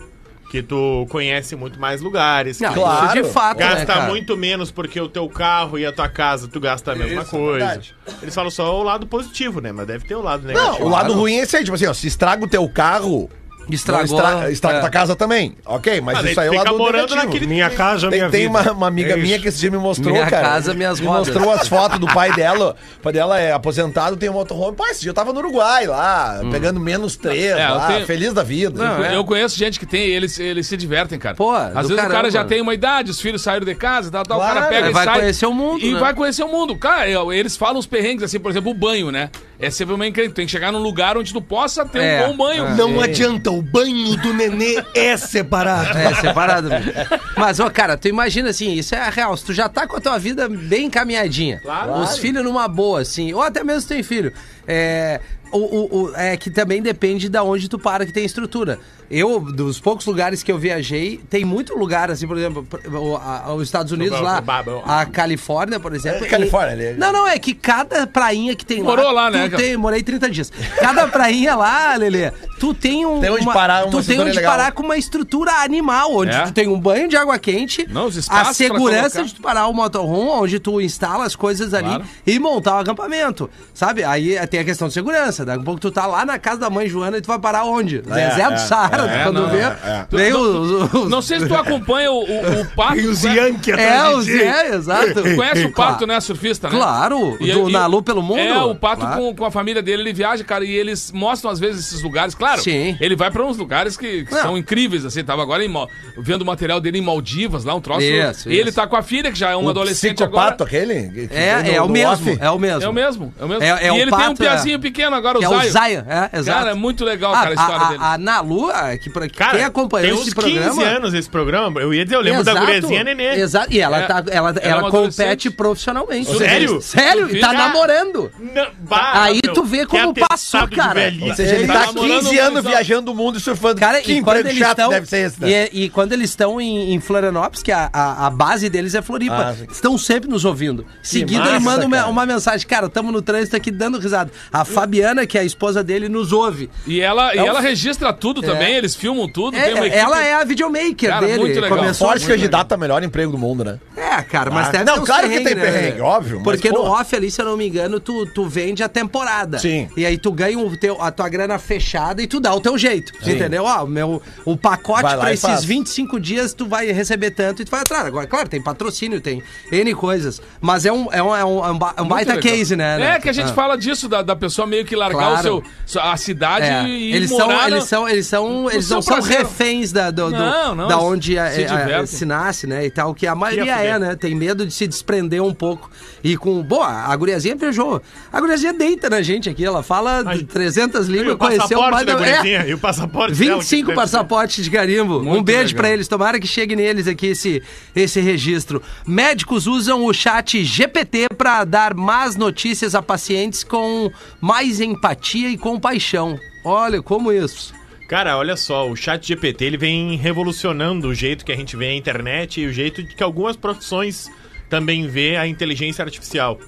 [SPEAKER 5] Que tu conhece muito mais lugares.
[SPEAKER 3] Não,
[SPEAKER 5] que
[SPEAKER 3] isso de
[SPEAKER 4] Claro.
[SPEAKER 3] fato. né,
[SPEAKER 5] Gasta
[SPEAKER 3] cara?
[SPEAKER 5] muito menos porque o teu carro e a tua casa tu gasta a mesma
[SPEAKER 4] Isso, é
[SPEAKER 5] coisa.
[SPEAKER 4] verdade.
[SPEAKER 5] Eles falam só o lado positivo, né? Mas deve ter o lado
[SPEAKER 4] Não,
[SPEAKER 5] negativo.
[SPEAKER 4] o lado ruim é esse aí, tipo assim, ó, se estraga o teu carro, não
[SPEAKER 3] Estragou.
[SPEAKER 4] estra- estraga tá
[SPEAKER 3] é.
[SPEAKER 4] a tua casa também. Ok, mas,
[SPEAKER 5] Mas
[SPEAKER 4] isso aí
[SPEAKER 5] aí
[SPEAKER 4] é o
[SPEAKER 5] fica
[SPEAKER 4] lado
[SPEAKER 5] morando
[SPEAKER 4] negativo.
[SPEAKER 5] naquele-
[SPEAKER 7] Minha casa,
[SPEAKER 4] Tem,
[SPEAKER 7] minha
[SPEAKER 4] tem
[SPEAKER 7] vida.
[SPEAKER 4] uma, uma amiga
[SPEAKER 7] É
[SPEAKER 4] minha
[SPEAKER 7] isso.
[SPEAKER 4] que esse dia me mostrou,
[SPEAKER 3] Minha
[SPEAKER 4] cara.
[SPEAKER 3] casa, minhas
[SPEAKER 4] me
[SPEAKER 3] rodas.
[SPEAKER 4] mostrou as fotos do pai dela. O pai dela é aposentado, tem um motorhome. Pai, esse dia eu tava no Uruguai lá, pegando menos três
[SPEAKER 6] É, eu
[SPEAKER 4] lá,
[SPEAKER 6] tenho-
[SPEAKER 4] feliz da vida.
[SPEAKER 3] Hum. Não, é.
[SPEAKER 6] Eu conheço gente que tem, eles, eles se divertem, cara.
[SPEAKER 3] Pô,
[SPEAKER 6] Às
[SPEAKER 3] do
[SPEAKER 6] vezes o cara
[SPEAKER 3] caramba. é,
[SPEAKER 6] já tem uma idade, os filhos saíram de casa, tal, tal, o cara
[SPEAKER 4] Claro,
[SPEAKER 6] pega e
[SPEAKER 3] vai
[SPEAKER 6] sai.
[SPEAKER 3] conhecer o mundo,
[SPEAKER 6] E
[SPEAKER 3] né?
[SPEAKER 6] vai conhecer o mundo. Cara, eu- eles falam os perrengues, assim, por exemplo, o banho, né? É sempre uma encrenca. Tem que chegar num lugar onde tu possa ter
[SPEAKER 3] É.
[SPEAKER 6] um bom banho.
[SPEAKER 3] É.
[SPEAKER 7] Não adianta, o banho do nenê é separado.
[SPEAKER 3] É, separado mesmo. Mas, ó, cara, tu imagina assim, isso é real. Se tu já tá com a tua vida bem encaminhadinha, os filhos numa boa, assim, ou até mesmo tem filho, é. O, o- o- é que também depende da onde tu para que tem estrutura. Eu, dos poucos lugares que eu viajei, tem muito lugar, assim, por exemplo, pr- o- a- os Estados Unidos lá, a Califórnia, por exemplo.
[SPEAKER 4] É, Califórnia, ali.
[SPEAKER 3] Não, não, é que cada prainha que tem
[SPEAKER 6] Morou lá,
[SPEAKER 3] tu
[SPEAKER 6] né, cara?
[SPEAKER 3] tem- morei 30 dias. Cada prainha lá, Lelê, tu tem um.
[SPEAKER 4] Tem onde
[SPEAKER 3] uma-
[SPEAKER 4] parar,
[SPEAKER 3] tu
[SPEAKER 4] uma
[SPEAKER 3] tem
[SPEAKER 4] estrutura
[SPEAKER 3] onde
[SPEAKER 4] legal.
[SPEAKER 3] parar com uma estrutura animal, onde
[SPEAKER 6] É.
[SPEAKER 3] tu tem um banho de água quente,
[SPEAKER 6] Não, os espaços
[SPEAKER 3] a
[SPEAKER 6] pra
[SPEAKER 3] segurança
[SPEAKER 6] colocar.
[SPEAKER 3] de tu parar o motorhome, onde tu instala as coisas ali
[SPEAKER 6] Claro.
[SPEAKER 3] e montar o acampamento, sabe? Aí eh, tem a questão de segurança, daqui a pouco tu tá lá na casa da mãe Joana e tu vai parar onde? Zezé do Saara,
[SPEAKER 6] é,
[SPEAKER 3] quando
[SPEAKER 6] não,
[SPEAKER 3] vê,
[SPEAKER 6] é,
[SPEAKER 3] vem
[SPEAKER 6] Tu-
[SPEAKER 3] os- os-
[SPEAKER 6] Não sei se tu acompanha o, o, o Pato.
[SPEAKER 7] E os
[SPEAKER 6] né?
[SPEAKER 7] Yankee
[SPEAKER 3] É,
[SPEAKER 7] atrás
[SPEAKER 3] os
[SPEAKER 7] de ti.
[SPEAKER 3] é, exato.
[SPEAKER 6] Tu conhece o Pato,
[SPEAKER 3] Claro.
[SPEAKER 6] né? Surfista, né?
[SPEAKER 3] Claro, do Nalu pelo mundo.
[SPEAKER 6] É, o Pato
[SPEAKER 3] Claro.
[SPEAKER 6] com, com a família dele, ele viaja, cara, e eles mostram às vezes esses lugares. Claro,
[SPEAKER 3] Sim.
[SPEAKER 6] ele vai pra uns lugares que, que
[SPEAKER 3] Não.
[SPEAKER 6] são incríveis, assim. Tava agora em Mal- vendo o material dele em Maldivas, lá um troço.
[SPEAKER 3] Isso,
[SPEAKER 6] ele
[SPEAKER 3] isso.
[SPEAKER 6] tá com a filha, que já é um adolescente agora.
[SPEAKER 4] psicopato aquele? que- que tem no-
[SPEAKER 3] É, é o
[SPEAKER 4] no
[SPEAKER 3] mesmo,
[SPEAKER 4] off?
[SPEAKER 3] é o mesmo.
[SPEAKER 6] É o mesmo, é o mesmo.
[SPEAKER 3] É- é
[SPEAKER 6] e
[SPEAKER 3] o
[SPEAKER 6] ele tem um
[SPEAKER 3] Pato,
[SPEAKER 6] piazinho
[SPEAKER 3] é.
[SPEAKER 6] pequeno agora, o
[SPEAKER 3] Que é
[SPEAKER 6] Zaio.
[SPEAKER 3] o Zion, é, exato.
[SPEAKER 6] Cara, é muito legal,
[SPEAKER 3] Ah,
[SPEAKER 6] cara, a história
[SPEAKER 3] a,
[SPEAKER 6] dele.
[SPEAKER 3] a Nalu, ah, que, pra, que
[SPEAKER 5] Cara,
[SPEAKER 3] quem acompanhou
[SPEAKER 5] tem uns
[SPEAKER 3] esse programa...
[SPEAKER 5] 15 anos esse programa. Eu ia dizer, eu lembro da gurezinha nenê.
[SPEAKER 3] Exato. E ela,
[SPEAKER 6] É,
[SPEAKER 3] tá, ela, ela,
[SPEAKER 6] é uma
[SPEAKER 3] compete
[SPEAKER 6] adolescente.
[SPEAKER 3] profissionalmente.
[SPEAKER 5] Sério?
[SPEAKER 3] Sério, e tá
[SPEAKER 6] Ah!
[SPEAKER 5] Cara,
[SPEAKER 3] namorando.
[SPEAKER 5] Não, bah,
[SPEAKER 3] Aí tu vê
[SPEAKER 5] que
[SPEAKER 3] como
[SPEAKER 5] atestado
[SPEAKER 3] passou,
[SPEAKER 5] de
[SPEAKER 3] cara.
[SPEAKER 5] velhice.
[SPEAKER 4] Ou seja, ele
[SPEAKER 6] Tá
[SPEAKER 4] tá
[SPEAKER 6] namorando
[SPEAKER 4] 15
[SPEAKER 6] um
[SPEAKER 4] anos
[SPEAKER 6] pessoal.
[SPEAKER 4] viajando o mundo e surfando.
[SPEAKER 3] Cara,
[SPEAKER 4] que
[SPEAKER 3] e quando
[SPEAKER 4] emprego
[SPEAKER 3] eles
[SPEAKER 4] chato
[SPEAKER 3] estão.
[SPEAKER 4] deve ser esse, né?
[SPEAKER 3] e, é e quando eles estão em, em Florianópolis, que a, a, a base deles é Floripa,
[SPEAKER 4] Ah, sim.
[SPEAKER 3] estão sempre nos ouvindo. Seguido, ele
[SPEAKER 4] massa,
[SPEAKER 3] manda uma,
[SPEAKER 4] cara.
[SPEAKER 3] uma mensagem, cara, tamo no trânsito aqui dando risada.
[SPEAKER 6] Hum.
[SPEAKER 3] A Fabiana, que é a esposa dele, nos ouve.
[SPEAKER 6] E ela, e
[SPEAKER 3] É um-
[SPEAKER 6] ela registra tudo também, eles filmam tudo,
[SPEAKER 3] É,
[SPEAKER 6] tem uma equipe.
[SPEAKER 3] ela é a videomaker
[SPEAKER 6] Cara,
[SPEAKER 3] dele.
[SPEAKER 6] muito legal.
[SPEAKER 3] Começou
[SPEAKER 4] Forte que hoje dá tá melhor emprego do mundo, né?
[SPEAKER 3] É, cara, mas
[SPEAKER 4] Ah,
[SPEAKER 3] deve
[SPEAKER 4] não,
[SPEAKER 3] ter uns
[SPEAKER 4] claro que tem perrengue,
[SPEAKER 3] né?
[SPEAKER 4] óbvio, mas,
[SPEAKER 3] Porque no
[SPEAKER 4] pô.
[SPEAKER 3] off ali, se eu não me engano, tu, um tu vende a temporada.
[SPEAKER 4] Sim.
[SPEAKER 3] E aí tu ganha o teu, a tua grana fechada e tu dá o teu jeito. Entendeu? Ó, o meu, o pacote
[SPEAKER 4] Vai lá
[SPEAKER 3] pra
[SPEAKER 4] e
[SPEAKER 3] esses
[SPEAKER 4] faz.
[SPEAKER 3] 25 dias tu vai receber tanto e tu vai atrás. Agora, claro, tem patrocínio, tem N coisas. Mas é um, é um, é um, é um ba- é um baita
[SPEAKER 6] legal.
[SPEAKER 3] case, né?
[SPEAKER 6] É,
[SPEAKER 3] né?
[SPEAKER 6] que a gente
[SPEAKER 3] Ah.
[SPEAKER 6] fala disso, da, da pessoa meio que largar
[SPEAKER 3] Claro.
[SPEAKER 6] o seu, sua- a cidade
[SPEAKER 3] É,
[SPEAKER 6] e
[SPEAKER 3] eles,
[SPEAKER 6] morar...
[SPEAKER 3] são,
[SPEAKER 6] na-
[SPEAKER 3] eles são eles são eles
[SPEAKER 6] seu
[SPEAKER 3] não são
[SPEAKER 6] prazer.
[SPEAKER 3] reféns da do, do-
[SPEAKER 6] Não, não,
[SPEAKER 3] da
[SPEAKER 6] eles
[SPEAKER 3] onde a-
[SPEAKER 6] se
[SPEAKER 3] a- a-
[SPEAKER 6] divertem.
[SPEAKER 3] se nasce né e tal que a maioria
[SPEAKER 5] fuder.
[SPEAKER 3] é né tem medo de se desprender um pouco e com boa a guriazinha viajou a guriazinha deita na gente aqui ela fala
[SPEAKER 5] Ai.
[SPEAKER 3] de 300
[SPEAKER 5] E o
[SPEAKER 3] línguas conheceu
[SPEAKER 5] passaporte
[SPEAKER 3] mais da-
[SPEAKER 5] da
[SPEAKER 3] é,
[SPEAKER 5] guriazinha? E o passaporte dela, que
[SPEAKER 3] 25
[SPEAKER 5] deve-
[SPEAKER 3] passaportes de carimbo.
[SPEAKER 6] Muito
[SPEAKER 3] um beijo
[SPEAKER 6] legal.
[SPEAKER 3] pra eles. Tomara que chegue neles aqui esse, esse registro. Médicos usam o chat GPT pra dar más notícias a pacientes com mais empatia e compaixão. Olha como isso.
[SPEAKER 5] Cara, olha só, o chat GPT ele vem revolucionando o jeito que a gente vê a internet e o jeito de que algumas profissões também vê a inteligência artificial.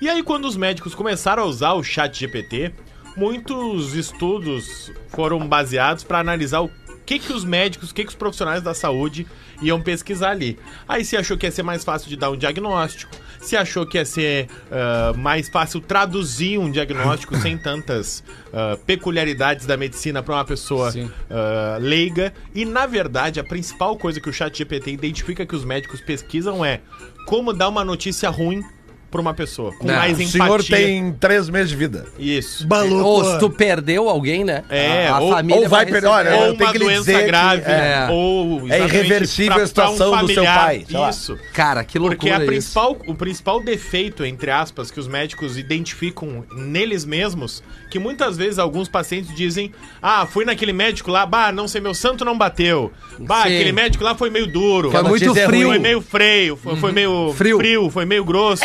[SPEAKER 5] E aí quando os médicos começaram a usar o chat GPT, muitos estudos foram baseados para analisar o que que os médicos, o que que os profissionais da saúde iam pesquisar ali. Aí se achou que ia ser mais fácil de dar um diagnóstico, se achou que ia ser ah, mais fácil traduzir um diagnóstico sem tantas ah, peculiaridades da medicina para uma pessoa
[SPEAKER 6] Sim.
[SPEAKER 5] ah, leiga. E, na verdade, a principal coisa que o chat GPT identifica que os médicos pesquisam é como dar uma notícia ruim para uma pessoa, com
[SPEAKER 3] Não,
[SPEAKER 5] mais
[SPEAKER 4] É, O
[SPEAKER 5] empatia.
[SPEAKER 4] senhor tem três meses de vida.
[SPEAKER 5] Isso.
[SPEAKER 3] Ou se tu perdeu alguém, né?
[SPEAKER 5] É,
[SPEAKER 3] a, a
[SPEAKER 5] ou- né?
[SPEAKER 3] família
[SPEAKER 4] Ou vai perder.
[SPEAKER 3] receber.
[SPEAKER 4] Olha,
[SPEAKER 5] ou
[SPEAKER 4] eu tenho
[SPEAKER 5] uma
[SPEAKER 4] que lhe
[SPEAKER 5] doença
[SPEAKER 4] dizer que-
[SPEAKER 5] grave,
[SPEAKER 4] é.
[SPEAKER 5] ou... exatamente
[SPEAKER 4] irreversível
[SPEAKER 5] pra-
[SPEAKER 4] a situação
[SPEAKER 5] pra um
[SPEAKER 4] do seu
[SPEAKER 5] familiar.
[SPEAKER 4] pai, sei lá.
[SPEAKER 5] Isso.
[SPEAKER 3] Cara, que loucura
[SPEAKER 5] Porque a
[SPEAKER 3] isso.
[SPEAKER 5] principal, o principal defeito, entre aspas, que os médicos identificam neles mesmos, que muitas vezes alguns pacientes dizem: Ah, fui naquele médico lá, bah, não sei, meu santo não bateu. Bah,
[SPEAKER 3] Sim.
[SPEAKER 5] aquele médico lá foi meio duro.
[SPEAKER 3] Foi
[SPEAKER 4] a
[SPEAKER 3] muito
[SPEAKER 4] notícia é
[SPEAKER 3] frio. Uhum.
[SPEAKER 5] Foi meio freio, foi, foi meio
[SPEAKER 3] Frio.
[SPEAKER 5] frio. foi meio grosso.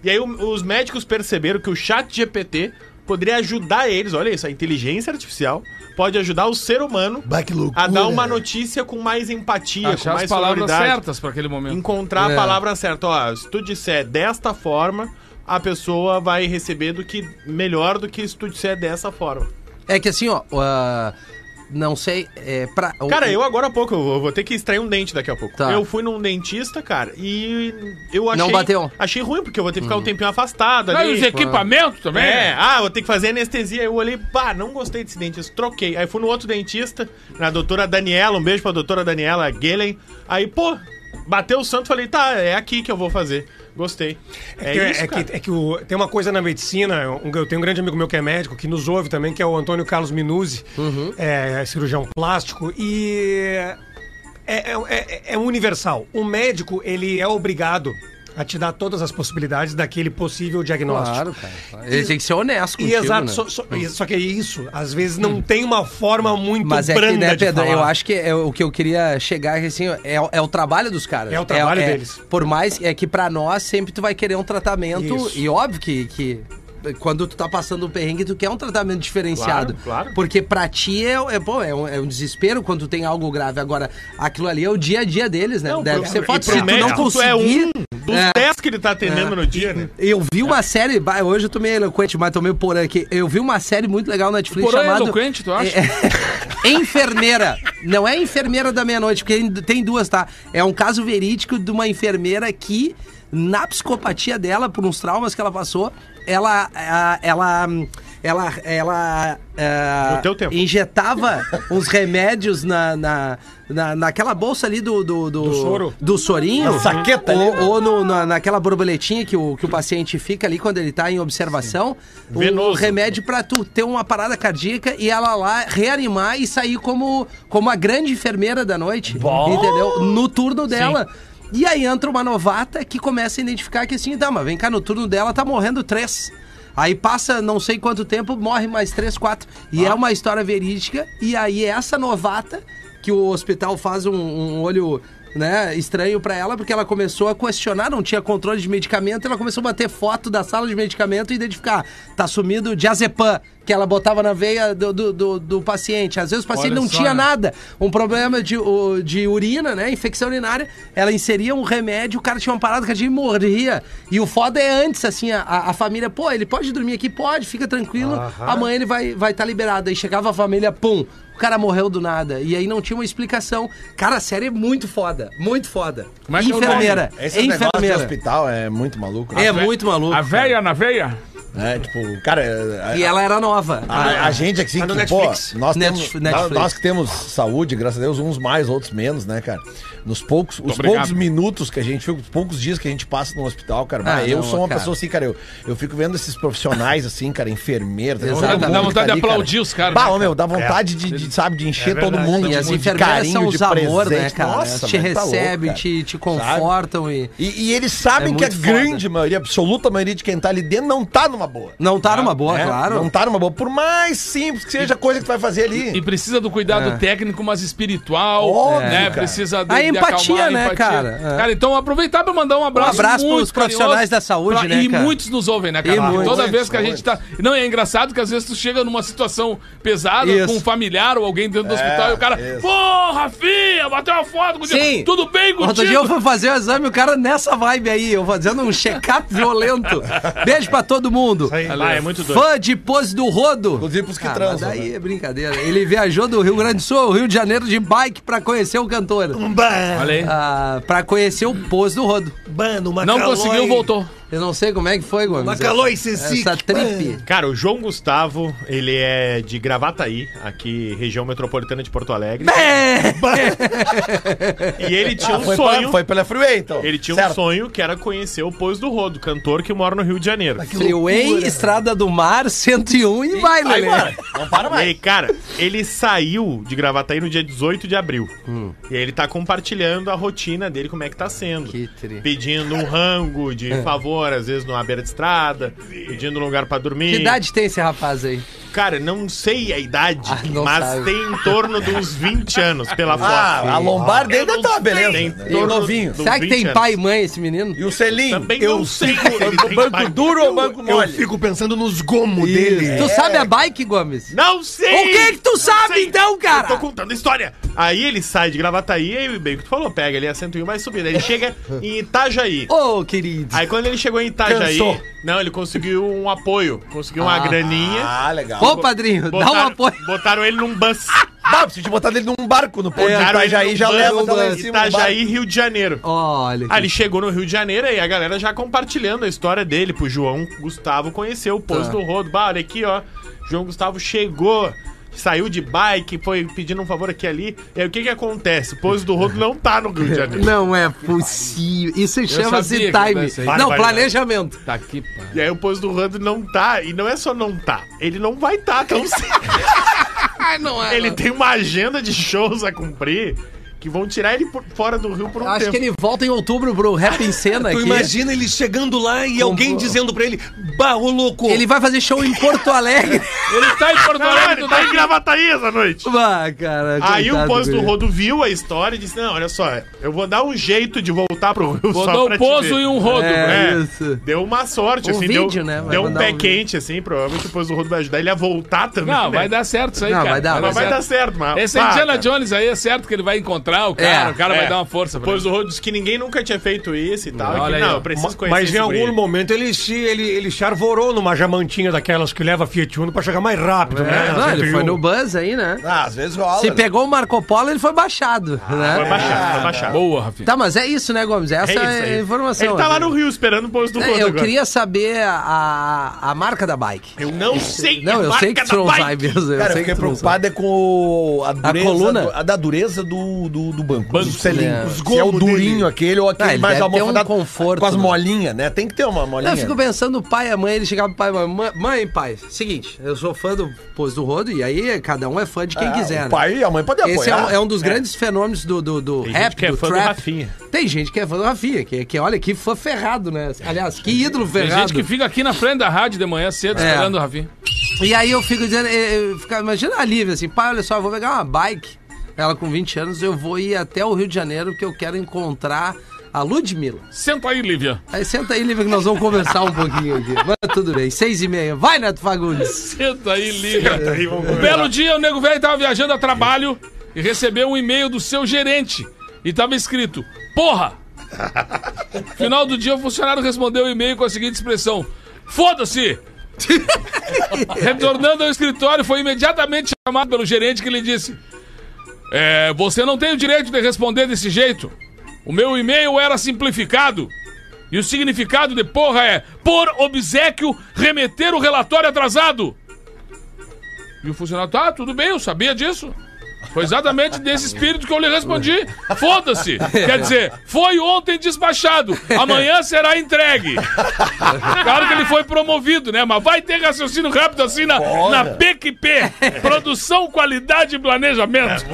[SPEAKER 5] E aí o- os médicos perceberam que o chat GPT poderia ajudar eles, olha isso, a inteligência artificial pode ajudar o ser humano
[SPEAKER 4] Bah, que loucura.
[SPEAKER 5] a dar uma notícia com mais empatia, com
[SPEAKER 6] Achar
[SPEAKER 5] mais
[SPEAKER 6] as palavras
[SPEAKER 5] sonoridade
[SPEAKER 6] certas pra aquele momento.
[SPEAKER 5] encontrar
[SPEAKER 3] É.
[SPEAKER 5] a palavra certa. Ó, se tu disser desta forma, a pessoa vai receber do que melhor do que se tu disser dessa forma.
[SPEAKER 3] É que assim, ó. ah, não sei. É, pra,
[SPEAKER 5] Cara, eu agora há pouco, eu vou- vou ter que extrair um dente daqui a pouco.
[SPEAKER 3] Tá.
[SPEAKER 5] Eu fui num dentista, cara, e eu achei.
[SPEAKER 3] Não bateu. Uhum.
[SPEAKER 5] Achei ruim, porque eu vou ter que ficar um tempinho afastado
[SPEAKER 6] Ah, e os
[SPEAKER 5] ali.
[SPEAKER 6] equipamentos também?
[SPEAKER 5] É,
[SPEAKER 6] né?
[SPEAKER 5] ah, vou ter que fazer anestesia. Eu olhei, pá, não gostei desse dentista, troquei. Aí fui no outro dentista, na doutora Daniela, um beijo pra doutora Daniela Gelen. Aí, pô, bateu o santo, falei, tá, é aqui que eu vou fazer. Gostei. É,
[SPEAKER 7] que-
[SPEAKER 5] isso,
[SPEAKER 7] é
[SPEAKER 5] cara.
[SPEAKER 7] que, é que o- tem uma coisa na medicina, um- eu tenho um grande amigo meu que é médico, que nos ouve também, que é o Antônio Carlos Minuzzi, é, cirurgião plástico, e é, é- é- é universal. O médico, ele é obrigado a te dar todas as possibilidades daquele possível diagnóstico.
[SPEAKER 3] Claro, cara. Ele tem que ser honesto
[SPEAKER 7] E
[SPEAKER 3] contigo,
[SPEAKER 7] exato,
[SPEAKER 3] né?
[SPEAKER 7] só, só- e- só que é isso, às vezes não tem uma forma muito
[SPEAKER 3] Mas é
[SPEAKER 7] branda
[SPEAKER 3] que, né,
[SPEAKER 7] de
[SPEAKER 3] Pedro,
[SPEAKER 7] falar.
[SPEAKER 3] eu acho que é o que eu queria chegar é que, assim, é, o- é o trabalho dos caras.
[SPEAKER 7] É o trabalho deles.
[SPEAKER 3] Por mais é que pra nós sempre tu vai querer um tratamento
[SPEAKER 7] Isso.
[SPEAKER 3] e óbvio que, que quando tu tá passando um perrengue tu quer um tratamento diferenciado.
[SPEAKER 5] Claro, claro.
[SPEAKER 3] Porque pra ti é, é, pô, é, um, é um desespero quando tu tem algo grave. Agora, aquilo ali é o dia a dia deles, né?
[SPEAKER 5] Não,
[SPEAKER 3] Deve
[SPEAKER 5] pro-
[SPEAKER 3] ser
[SPEAKER 5] e
[SPEAKER 3] foda.
[SPEAKER 5] pro
[SPEAKER 3] Se tu não
[SPEAKER 5] médico, tu é
[SPEAKER 3] conseguir...
[SPEAKER 5] um dos 10 que ele tá atendendo no dia, né?
[SPEAKER 3] Eu vi uma série, bah, hoje eu tô meio eloquente, mas tô meio porã aqui. Eu vi uma série muito legal na Netflix
[SPEAKER 6] Porã é
[SPEAKER 3] chamada.
[SPEAKER 6] eloquente, tu acha?
[SPEAKER 3] É- enfermeira. Não é enfermeira da meia-noite, porque ainda tem duas, tá? É um caso verídico de uma enfermeira que, na psicopatia dela, por uns traumas que ela passou, ela. a- Ela. Ela. ela, é,
[SPEAKER 5] No teu tempo.
[SPEAKER 3] Injetava uns remédios na, na, na, naquela bolsa ali do. Do, do,
[SPEAKER 7] soro.
[SPEAKER 3] do sorinho.
[SPEAKER 4] Na saqueta ali,
[SPEAKER 3] Ou,
[SPEAKER 4] né?
[SPEAKER 3] ou no- na, naquela borboletinha que o, que o paciente fica ali quando ele tá em observação. O
[SPEAKER 5] Venoso.
[SPEAKER 3] remédio pra tu ter uma parada cardíaca e ela lá reanimar e sair como, como a grande enfermeira da noite. Entendeu? No turno dela. E aí entra uma novata que começa a identificar que assim, tá, mas vem cá, no turno dela tá morrendo três. Aí passa não sei quanto tempo, morre mais três, quatro. E é uma história verídica. E aí essa novata, que o hospital faz um, um olho né, estranho pra ela, porque ela começou a questionar, não tinha controle de medicamento, ela começou a bater foto da sala de medicamento e identificar, tá sumindo diazepam, que ela botava na veia do, do, do- do paciente. Às vezes o paciente
[SPEAKER 6] Olha
[SPEAKER 3] não
[SPEAKER 6] só,
[SPEAKER 3] tinha
[SPEAKER 6] né?
[SPEAKER 3] nada, um problema de, o- de urina, né, infecção urinária, ela inseria um remédio, o cara tinha uma parada que a gente morria. E o foda é antes, assim, a, a família, pô, ele pode dormir aqui? Pode, fica tranquilo, amanhã ele vai estar vai tá liberado. Aí chegava a família, pum, o cara morreu do nada. E aí não tinha uma explicação. Cara, a série é muito foda. Muito foda.
[SPEAKER 6] Como é que é o
[SPEAKER 3] enfermeira.
[SPEAKER 4] Esse um negócio de
[SPEAKER 3] enfermeira.
[SPEAKER 4] hospital é muito maluco. né?
[SPEAKER 3] É muito maluco.
[SPEAKER 6] A véia na veia?
[SPEAKER 4] Né? Tipo, cara. é-
[SPEAKER 3] E ela era nova.
[SPEAKER 4] A, a gente aqui,
[SPEAKER 7] Tá no
[SPEAKER 4] que, pô,
[SPEAKER 7] Netflix.
[SPEAKER 4] nós,
[SPEAKER 3] Net-
[SPEAKER 4] temos,
[SPEAKER 3] Netflix.
[SPEAKER 4] nós- nós que temos saúde, graças a Deus, uns mais, outros menos, né, cara? Nos poucos, os
[SPEAKER 6] obrigado.
[SPEAKER 4] poucos minutos que a gente fica, os poucos dias que a gente passa no hospital, cara.
[SPEAKER 3] Ah,
[SPEAKER 4] mas eu
[SPEAKER 3] não,
[SPEAKER 4] sou uma
[SPEAKER 3] cara.
[SPEAKER 4] pessoa assim, cara, eu, eu fico vendo esses profissionais, assim, cara, enfermeiros. tá?
[SPEAKER 3] Exato.
[SPEAKER 4] Todo mundo
[SPEAKER 3] Dá
[SPEAKER 6] vontade
[SPEAKER 4] que
[SPEAKER 6] de aplaudir
[SPEAKER 4] cara.
[SPEAKER 6] os caras,
[SPEAKER 4] Bah,
[SPEAKER 6] né,
[SPEAKER 4] ô, meu, dá vontade de, de, sabe, de encher
[SPEAKER 7] É
[SPEAKER 4] todo
[SPEAKER 7] verdade.
[SPEAKER 4] mundo
[SPEAKER 3] E
[SPEAKER 4] de,
[SPEAKER 3] as
[SPEAKER 4] de
[SPEAKER 3] enfermeiras são
[SPEAKER 4] carinho,
[SPEAKER 3] os
[SPEAKER 4] de
[SPEAKER 3] amor, né,
[SPEAKER 4] presente.
[SPEAKER 3] cara?
[SPEAKER 4] Nossa,
[SPEAKER 3] Elas te
[SPEAKER 4] velho, tá louco,
[SPEAKER 3] recebem,
[SPEAKER 4] cara.
[SPEAKER 3] te, te
[SPEAKER 4] Sabe?
[SPEAKER 3] confortam e.
[SPEAKER 4] E, e eles
[SPEAKER 3] É
[SPEAKER 4] sabem que a
[SPEAKER 3] muito foda.
[SPEAKER 4] grande maioria, a absoluta maioria de quem tá ali dentro não tá numa boa.
[SPEAKER 3] Não tá numa boa,
[SPEAKER 4] né?
[SPEAKER 3] claro.
[SPEAKER 4] Não tá numa boa. Por mais simples que seja a coisa que tu vai fazer ali.
[SPEAKER 6] E precisa do cuidado
[SPEAKER 5] É.
[SPEAKER 6] técnico, mas espiritual,
[SPEAKER 4] Óbvio,
[SPEAKER 6] né?
[SPEAKER 4] cara.
[SPEAKER 6] Precisa
[SPEAKER 3] A empatia, né, cara? É.
[SPEAKER 6] Cara, então aproveitar pra mandar um abraço.
[SPEAKER 3] Um abraço
[SPEAKER 6] muito
[SPEAKER 3] pros profissionais
[SPEAKER 6] carinhoso
[SPEAKER 3] da saúde, né,
[SPEAKER 6] E
[SPEAKER 3] cara?
[SPEAKER 6] muitos nos ouvem, né, cara?
[SPEAKER 3] E
[SPEAKER 6] Porque
[SPEAKER 3] muitos,
[SPEAKER 6] toda vez que a gente tá. Não, e é engraçado que às vezes tu chega numa situação pesada
[SPEAKER 3] Isso.
[SPEAKER 6] com um familiar ou alguém
[SPEAKER 5] É,
[SPEAKER 6] dentro do hospital e o cara.
[SPEAKER 4] isso.
[SPEAKER 6] Pô, Rafinha, bateu uma foto contigo.
[SPEAKER 3] Sim.
[SPEAKER 6] Tudo bem contigo?
[SPEAKER 3] Outro dia eu fui fazer o exame, o cara nessa vibe aí, eu fazendo um check-up violento. Beijo pra todo mundo.
[SPEAKER 7] Aí,
[SPEAKER 5] Ah, é muito doido.
[SPEAKER 3] Fã de pose do rodo.
[SPEAKER 4] Inclusive pros que
[SPEAKER 3] mas
[SPEAKER 4] transam,
[SPEAKER 3] Daí é brincadeira. Ele viajou do Rio Grande do Sul ao Rio de Janeiro de bike pra conhecer o cantor.
[SPEAKER 6] Olha aí.
[SPEAKER 3] Ah, pra conhecer o pose do rodo.
[SPEAKER 7] Mano, uma
[SPEAKER 6] Não conseguiu, voltou.
[SPEAKER 3] Eu não sei como é que foi, Gomes.
[SPEAKER 7] Macaloi, Ceci,
[SPEAKER 3] Essa
[SPEAKER 7] que
[SPEAKER 3] trip.
[SPEAKER 5] Cara, o João Gustavo, ele é de Gravataí, aqui, região metropolitana de Porto Alegre. e ele tinha
[SPEAKER 4] Ah,
[SPEAKER 5] um
[SPEAKER 4] foi,
[SPEAKER 5] sonho.
[SPEAKER 4] pela, foi pela Freeway, então.
[SPEAKER 5] Ele tinha um
[SPEAKER 4] Certo.
[SPEAKER 5] sonho que era conhecer o Pois do Rodo, cantor que mora no Rio de Janeiro.
[SPEAKER 3] Freeway, Estrada do Mar, 101 e vai,
[SPEAKER 4] Aí,
[SPEAKER 3] Lelê.
[SPEAKER 4] mano, não para
[SPEAKER 5] E
[SPEAKER 4] mais.
[SPEAKER 5] aí, cara, ele saiu de Gravataí no dia 18 de abril. E aí ele tá compartilhando a rotina dele, como é que tá sendo.
[SPEAKER 3] Que tri.
[SPEAKER 5] Pedindo um rango de favor, às vezes numa beira de estrada, pedindo um lugar pra dormir.
[SPEAKER 3] Que idade tem esse rapaz aí?
[SPEAKER 5] Cara, não sei a idade,
[SPEAKER 3] Ah, não
[SPEAKER 5] mas
[SPEAKER 3] sabe.
[SPEAKER 5] tem em torno de uns 20 anos, pela
[SPEAKER 4] Ah,
[SPEAKER 5] foto.
[SPEAKER 4] a lombar dele
[SPEAKER 5] Eu
[SPEAKER 4] deve
[SPEAKER 5] não
[SPEAKER 4] tá uma
[SPEAKER 5] sei.
[SPEAKER 4] beleza.
[SPEAKER 5] Tem
[SPEAKER 4] né?
[SPEAKER 5] todo-
[SPEAKER 4] E o novinho.
[SPEAKER 5] do-
[SPEAKER 3] Será que
[SPEAKER 5] 20
[SPEAKER 3] tem
[SPEAKER 5] anos.
[SPEAKER 3] pai e mãe esse menino?
[SPEAKER 4] E o selinho.
[SPEAKER 5] Também
[SPEAKER 4] Eu
[SPEAKER 5] não sei.
[SPEAKER 4] o banco duro ou banco
[SPEAKER 7] Eu
[SPEAKER 4] mole?
[SPEAKER 7] fico pensando nos gomos dele.
[SPEAKER 3] Tu sabe a bike, Gomes?
[SPEAKER 5] Não sei!
[SPEAKER 3] O que que tu sabe, então, cara?
[SPEAKER 5] Eu tô contando história. Aí ele sai de Gravataí e bem o que tu falou, pega ali a 101 mais subida. Ele chega em Itajaí.
[SPEAKER 3] Ô, querido.
[SPEAKER 5] Aí quando ele chegou em Itajaí,
[SPEAKER 4] Cansou.
[SPEAKER 5] não, ele conseguiu um apoio, conseguiu uma
[SPEAKER 3] Ah.
[SPEAKER 5] graninha.
[SPEAKER 4] Ah, legal.
[SPEAKER 3] Ô, padrinho, dá um apoio.
[SPEAKER 5] Botaram ele num bus.
[SPEAKER 4] Ah, preciso te botar dele num barco no porto
[SPEAKER 3] É,
[SPEAKER 4] de
[SPEAKER 5] Botaram ele tá
[SPEAKER 4] Itajaí,
[SPEAKER 5] num
[SPEAKER 4] já
[SPEAKER 5] bus,
[SPEAKER 4] leva até lá em
[SPEAKER 5] Itajaí,
[SPEAKER 4] cima. no barco.
[SPEAKER 5] Rio de Janeiro.
[SPEAKER 3] Olha.
[SPEAKER 5] Ah, ele chegou no Rio de Janeiro e a galera já compartilhando a história dele pro João Gustavo conhecer o posto do rodo. Bah, olha aqui, ó. João Gustavo chegou, saiu de bike, foi pedindo um favor aqui e ali. E aí o que que acontece? O posto do rodo não tá no Rio de Janeiro.
[SPEAKER 3] Não é possível. Isso
[SPEAKER 6] sabia
[SPEAKER 3] chama-se
[SPEAKER 6] que ia dar isso aí.
[SPEAKER 3] time. Não,
[SPEAKER 7] Barbaridade.
[SPEAKER 3] planejamento.
[SPEAKER 6] Tá aqui, pai.
[SPEAKER 5] E aí o posto do rodo não tá. E não é só não tá, ele não vai tá tão cedo.
[SPEAKER 6] Ai, não é.
[SPEAKER 5] Ele tem uma agenda de shows a cumprir que vão tirar ele por- fora do Rio por um
[SPEAKER 3] Acho
[SPEAKER 5] tempo.
[SPEAKER 3] que ele volta em outubro pro Rap em Cena
[SPEAKER 7] Tu
[SPEAKER 3] aqui.
[SPEAKER 7] imagina ele chegando lá e alguém dizendo pra ele, bah, ô louco,
[SPEAKER 3] Ele vai fazer show em Porto Alegre.
[SPEAKER 6] Ele tá em Porto
[SPEAKER 5] Caralho,
[SPEAKER 6] Alegre,
[SPEAKER 5] ele
[SPEAKER 6] tu
[SPEAKER 5] tá
[SPEAKER 6] tá
[SPEAKER 5] em Gravataí essa noite.
[SPEAKER 3] Ah, cara.
[SPEAKER 5] Aí o
[SPEAKER 3] coitado
[SPEAKER 5] Pozo do
[SPEAKER 3] dele.
[SPEAKER 5] Rodo viu a história e disse: Não, olha só, eu vou dar um jeito de voltar pro Rio
[SPEAKER 6] Vou
[SPEAKER 5] só
[SPEAKER 6] dar
[SPEAKER 5] pra
[SPEAKER 6] um
[SPEAKER 5] te
[SPEAKER 6] pozo
[SPEAKER 5] ver."
[SPEAKER 6] e um rodo.
[SPEAKER 3] É,
[SPEAKER 5] É.
[SPEAKER 3] isso.
[SPEAKER 5] Deu uma sorte,
[SPEAKER 3] Um
[SPEAKER 5] assim,
[SPEAKER 3] vídeo,
[SPEAKER 5] deu,
[SPEAKER 3] né? Vai
[SPEAKER 5] deu um
[SPEAKER 3] mandar
[SPEAKER 5] pé
[SPEAKER 3] um-
[SPEAKER 5] quente, assim, provavelmente o Pozo do Rodo vai ajudar ele a voltar também.
[SPEAKER 6] Não,
[SPEAKER 5] né?
[SPEAKER 6] vai dar certo isso aí,
[SPEAKER 3] Não,
[SPEAKER 6] cara.
[SPEAKER 3] vai dar,
[SPEAKER 5] Mas vai dar certo, mas.
[SPEAKER 6] Esse
[SPEAKER 5] pá,
[SPEAKER 6] Indiana
[SPEAKER 5] cara.
[SPEAKER 6] Jones aí é certo que ele vai encontrar o cara,
[SPEAKER 3] É,
[SPEAKER 6] o cara
[SPEAKER 5] é.
[SPEAKER 6] vai dar uma força
[SPEAKER 5] O
[SPEAKER 6] pra
[SPEAKER 5] Pozo
[SPEAKER 6] ele.
[SPEAKER 5] do Rodo disse que ninguém nunca tinha feito isso e tal.
[SPEAKER 6] Olha
[SPEAKER 5] e que,
[SPEAKER 6] aí,
[SPEAKER 5] não,
[SPEAKER 6] ó.
[SPEAKER 5] eu preciso conhecer.
[SPEAKER 7] Mas em
[SPEAKER 5] esse
[SPEAKER 7] algum
[SPEAKER 5] guri.
[SPEAKER 7] momento ele se, ele, ele se arvorou numa jamantinha daquelas que leva Fiat Uno pra chegar mais rápido, né?
[SPEAKER 3] É, não, ele foi
[SPEAKER 7] 101.
[SPEAKER 3] no Buzz aí, né?
[SPEAKER 4] Ah, às vezes rola.
[SPEAKER 3] Se
[SPEAKER 4] né?
[SPEAKER 3] pegou o Marco Polo, ele foi baixado, né?
[SPEAKER 5] Ah, Foi baixado, foi baixado.
[SPEAKER 6] Boa, Rafinha.
[SPEAKER 3] Tá, mas é isso, né, Gomes? Essa
[SPEAKER 5] É
[SPEAKER 3] é,
[SPEAKER 5] isso aí.
[SPEAKER 3] a informação.
[SPEAKER 5] Ele tá lá no Rio esperando o Pozo do Rodo
[SPEAKER 3] É, eu
[SPEAKER 5] agora.
[SPEAKER 3] queria saber a, a marca da bike.
[SPEAKER 5] Eu não sei.
[SPEAKER 3] Não,
[SPEAKER 5] a
[SPEAKER 3] eu sei que um
[SPEAKER 5] marca tá
[SPEAKER 3] tu
[SPEAKER 5] da
[SPEAKER 3] não
[SPEAKER 5] bike.
[SPEAKER 3] sai mesmo. Eu
[SPEAKER 4] Cara, eu
[SPEAKER 3] sei que
[SPEAKER 4] fiquei
[SPEAKER 3] tu não sabe.
[SPEAKER 4] preocupado é com o- a dureza,
[SPEAKER 3] coluna?
[SPEAKER 4] do- a da dureza do, do, do banco.
[SPEAKER 6] Banco,
[SPEAKER 4] do selinho.
[SPEAKER 3] né?
[SPEAKER 4] Os Se é o
[SPEAKER 7] gomo dele.
[SPEAKER 4] durinho aquele ou aquele
[SPEAKER 3] Ah, ele
[SPEAKER 4] mais
[SPEAKER 3] deve ter um
[SPEAKER 4] almofadado.
[SPEAKER 3] conforto,
[SPEAKER 4] com as
[SPEAKER 3] né?
[SPEAKER 4] molinhas, né? Tem que ter uma molinha.
[SPEAKER 3] Eu fico pensando, o pai e a mãe, ele chegava pro pai e mãe, "Mã- mãe, pai, seguinte, eu sou fã do Pôs do Rodo, e aí cada um é fã de quem
[SPEAKER 4] Ah,
[SPEAKER 3] quiser,
[SPEAKER 4] O
[SPEAKER 3] né?
[SPEAKER 4] pai e a mãe podem apoiar.
[SPEAKER 3] Esse é um, é um dos grandes fenômenos do, do, do
[SPEAKER 5] Tem gente
[SPEAKER 3] rap,
[SPEAKER 5] que é
[SPEAKER 3] do
[SPEAKER 5] fã do
[SPEAKER 3] trap.
[SPEAKER 5] Rafinha.
[SPEAKER 3] Tem gente que é fã do Rafinha, que, que olha que fã ferrado, né?
[SPEAKER 5] É.
[SPEAKER 3] Aliás, que ídolo
[SPEAKER 6] Tem
[SPEAKER 3] ferrado.
[SPEAKER 6] gente que fica aqui na frente da rádio de manhã cedo
[SPEAKER 3] É.
[SPEAKER 6] esperando o Rafinha.
[SPEAKER 3] E aí eu fico dizendo, eu, eu ficava- imagina a Lívia assim, pai, olha só, eu vou pegar uma bike, ela com 20 anos, eu vou ir até o Rio de Janeiro, que eu quero encontrar a Ludmilla.
[SPEAKER 6] Senta aí, Lívia.
[SPEAKER 3] Aí senta aí, Lívia, que nós vamos conversar um pouquinho aqui. Mas tudo bem, seis e meia. Vai, Neto Fagundes.
[SPEAKER 6] Senta aí, Lívia.
[SPEAKER 5] Aí, vamos
[SPEAKER 6] Um belo dia, o nego velho tava viajando a trabalho e recebeu um e-mail do seu gerente. E tava escrito: Porra! Final do dia, o funcionário respondeu o e-mail com a seguinte expressão: Foda-se! Retornando ao escritório, foi imediatamente chamado pelo gerente que lhe disse: "É, Você não tem o direito de responder desse jeito. O meu e-mail era simplificado. E o significado de porra é por obsequio remeter o relatório atrasado. E o funcionário, tá, tudo bem, eu sabia disso. Foi exatamente desse espírito que eu lhe respondi. Foda-se. Quer dizer, foi ontem despachado, amanhã será entregue. Claro que ele foi promovido, né? Mas vai ter raciocínio rápido assim na, na PQP. Produção, qualidade e planejamento.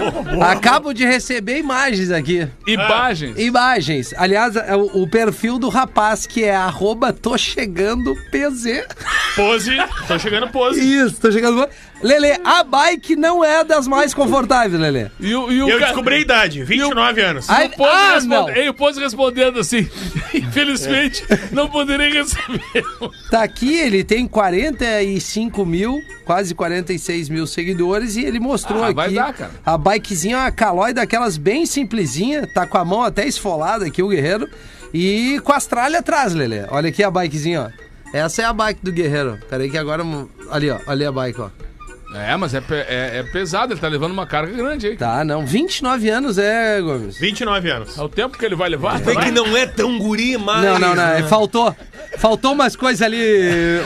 [SPEAKER 3] Acabo de receber imagens aqui.
[SPEAKER 6] Imagens.
[SPEAKER 3] Imagens. Aliás, é o, o perfil do rapaz que é arroba tô chegando PZ.
[SPEAKER 5] Pose, tô chegando pose.
[SPEAKER 3] Isso, tô chegando. Lele, a bike não é das mais confortáveis, Lele.
[SPEAKER 6] E, o- e
[SPEAKER 5] E
[SPEAKER 6] o
[SPEAKER 5] eu
[SPEAKER 6] ca-
[SPEAKER 5] descobri a idade, 29 anos.
[SPEAKER 3] Ai,
[SPEAKER 6] Pose
[SPEAKER 3] ah, não.
[SPEAKER 6] responde- E o Pose respondendo assim, infelizmente, não poderei receber.
[SPEAKER 3] Tá aqui, ele tem 45 mil, quase 46 mil seguidores e ele mostrou
[SPEAKER 6] Ah,
[SPEAKER 3] aqui.
[SPEAKER 6] vai dar, cara.
[SPEAKER 3] A bikezinha é uma calói daquelas bem simplesinha, tá com a mão até esfolada aqui o guerreiro e com as tralhas atrás, Lele. Olha aqui a bikezinha, ó. Essa é a bike do guerreiro. Peraí que agora ali, ó, ali a bike, ó.
[SPEAKER 6] É, mas é, pe- é- é pesado, ele tá levando uma carga grande aí.
[SPEAKER 3] Tá, não, 29 anos é, Gomes.
[SPEAKER 5] 29 anos.
[SPEAKER 6] É o tempo que ele vai levar? né?
[SPEAKER 7] Bem
[SPEAKER 6] vai?
[SPEAKER 7] que não é tão guri, né? mas.
[SPEAKER 3] Não, não, não, é,
[SPEAKER 6] né?
[SPEAKER 3] faltou. Faltou umas coisas ali,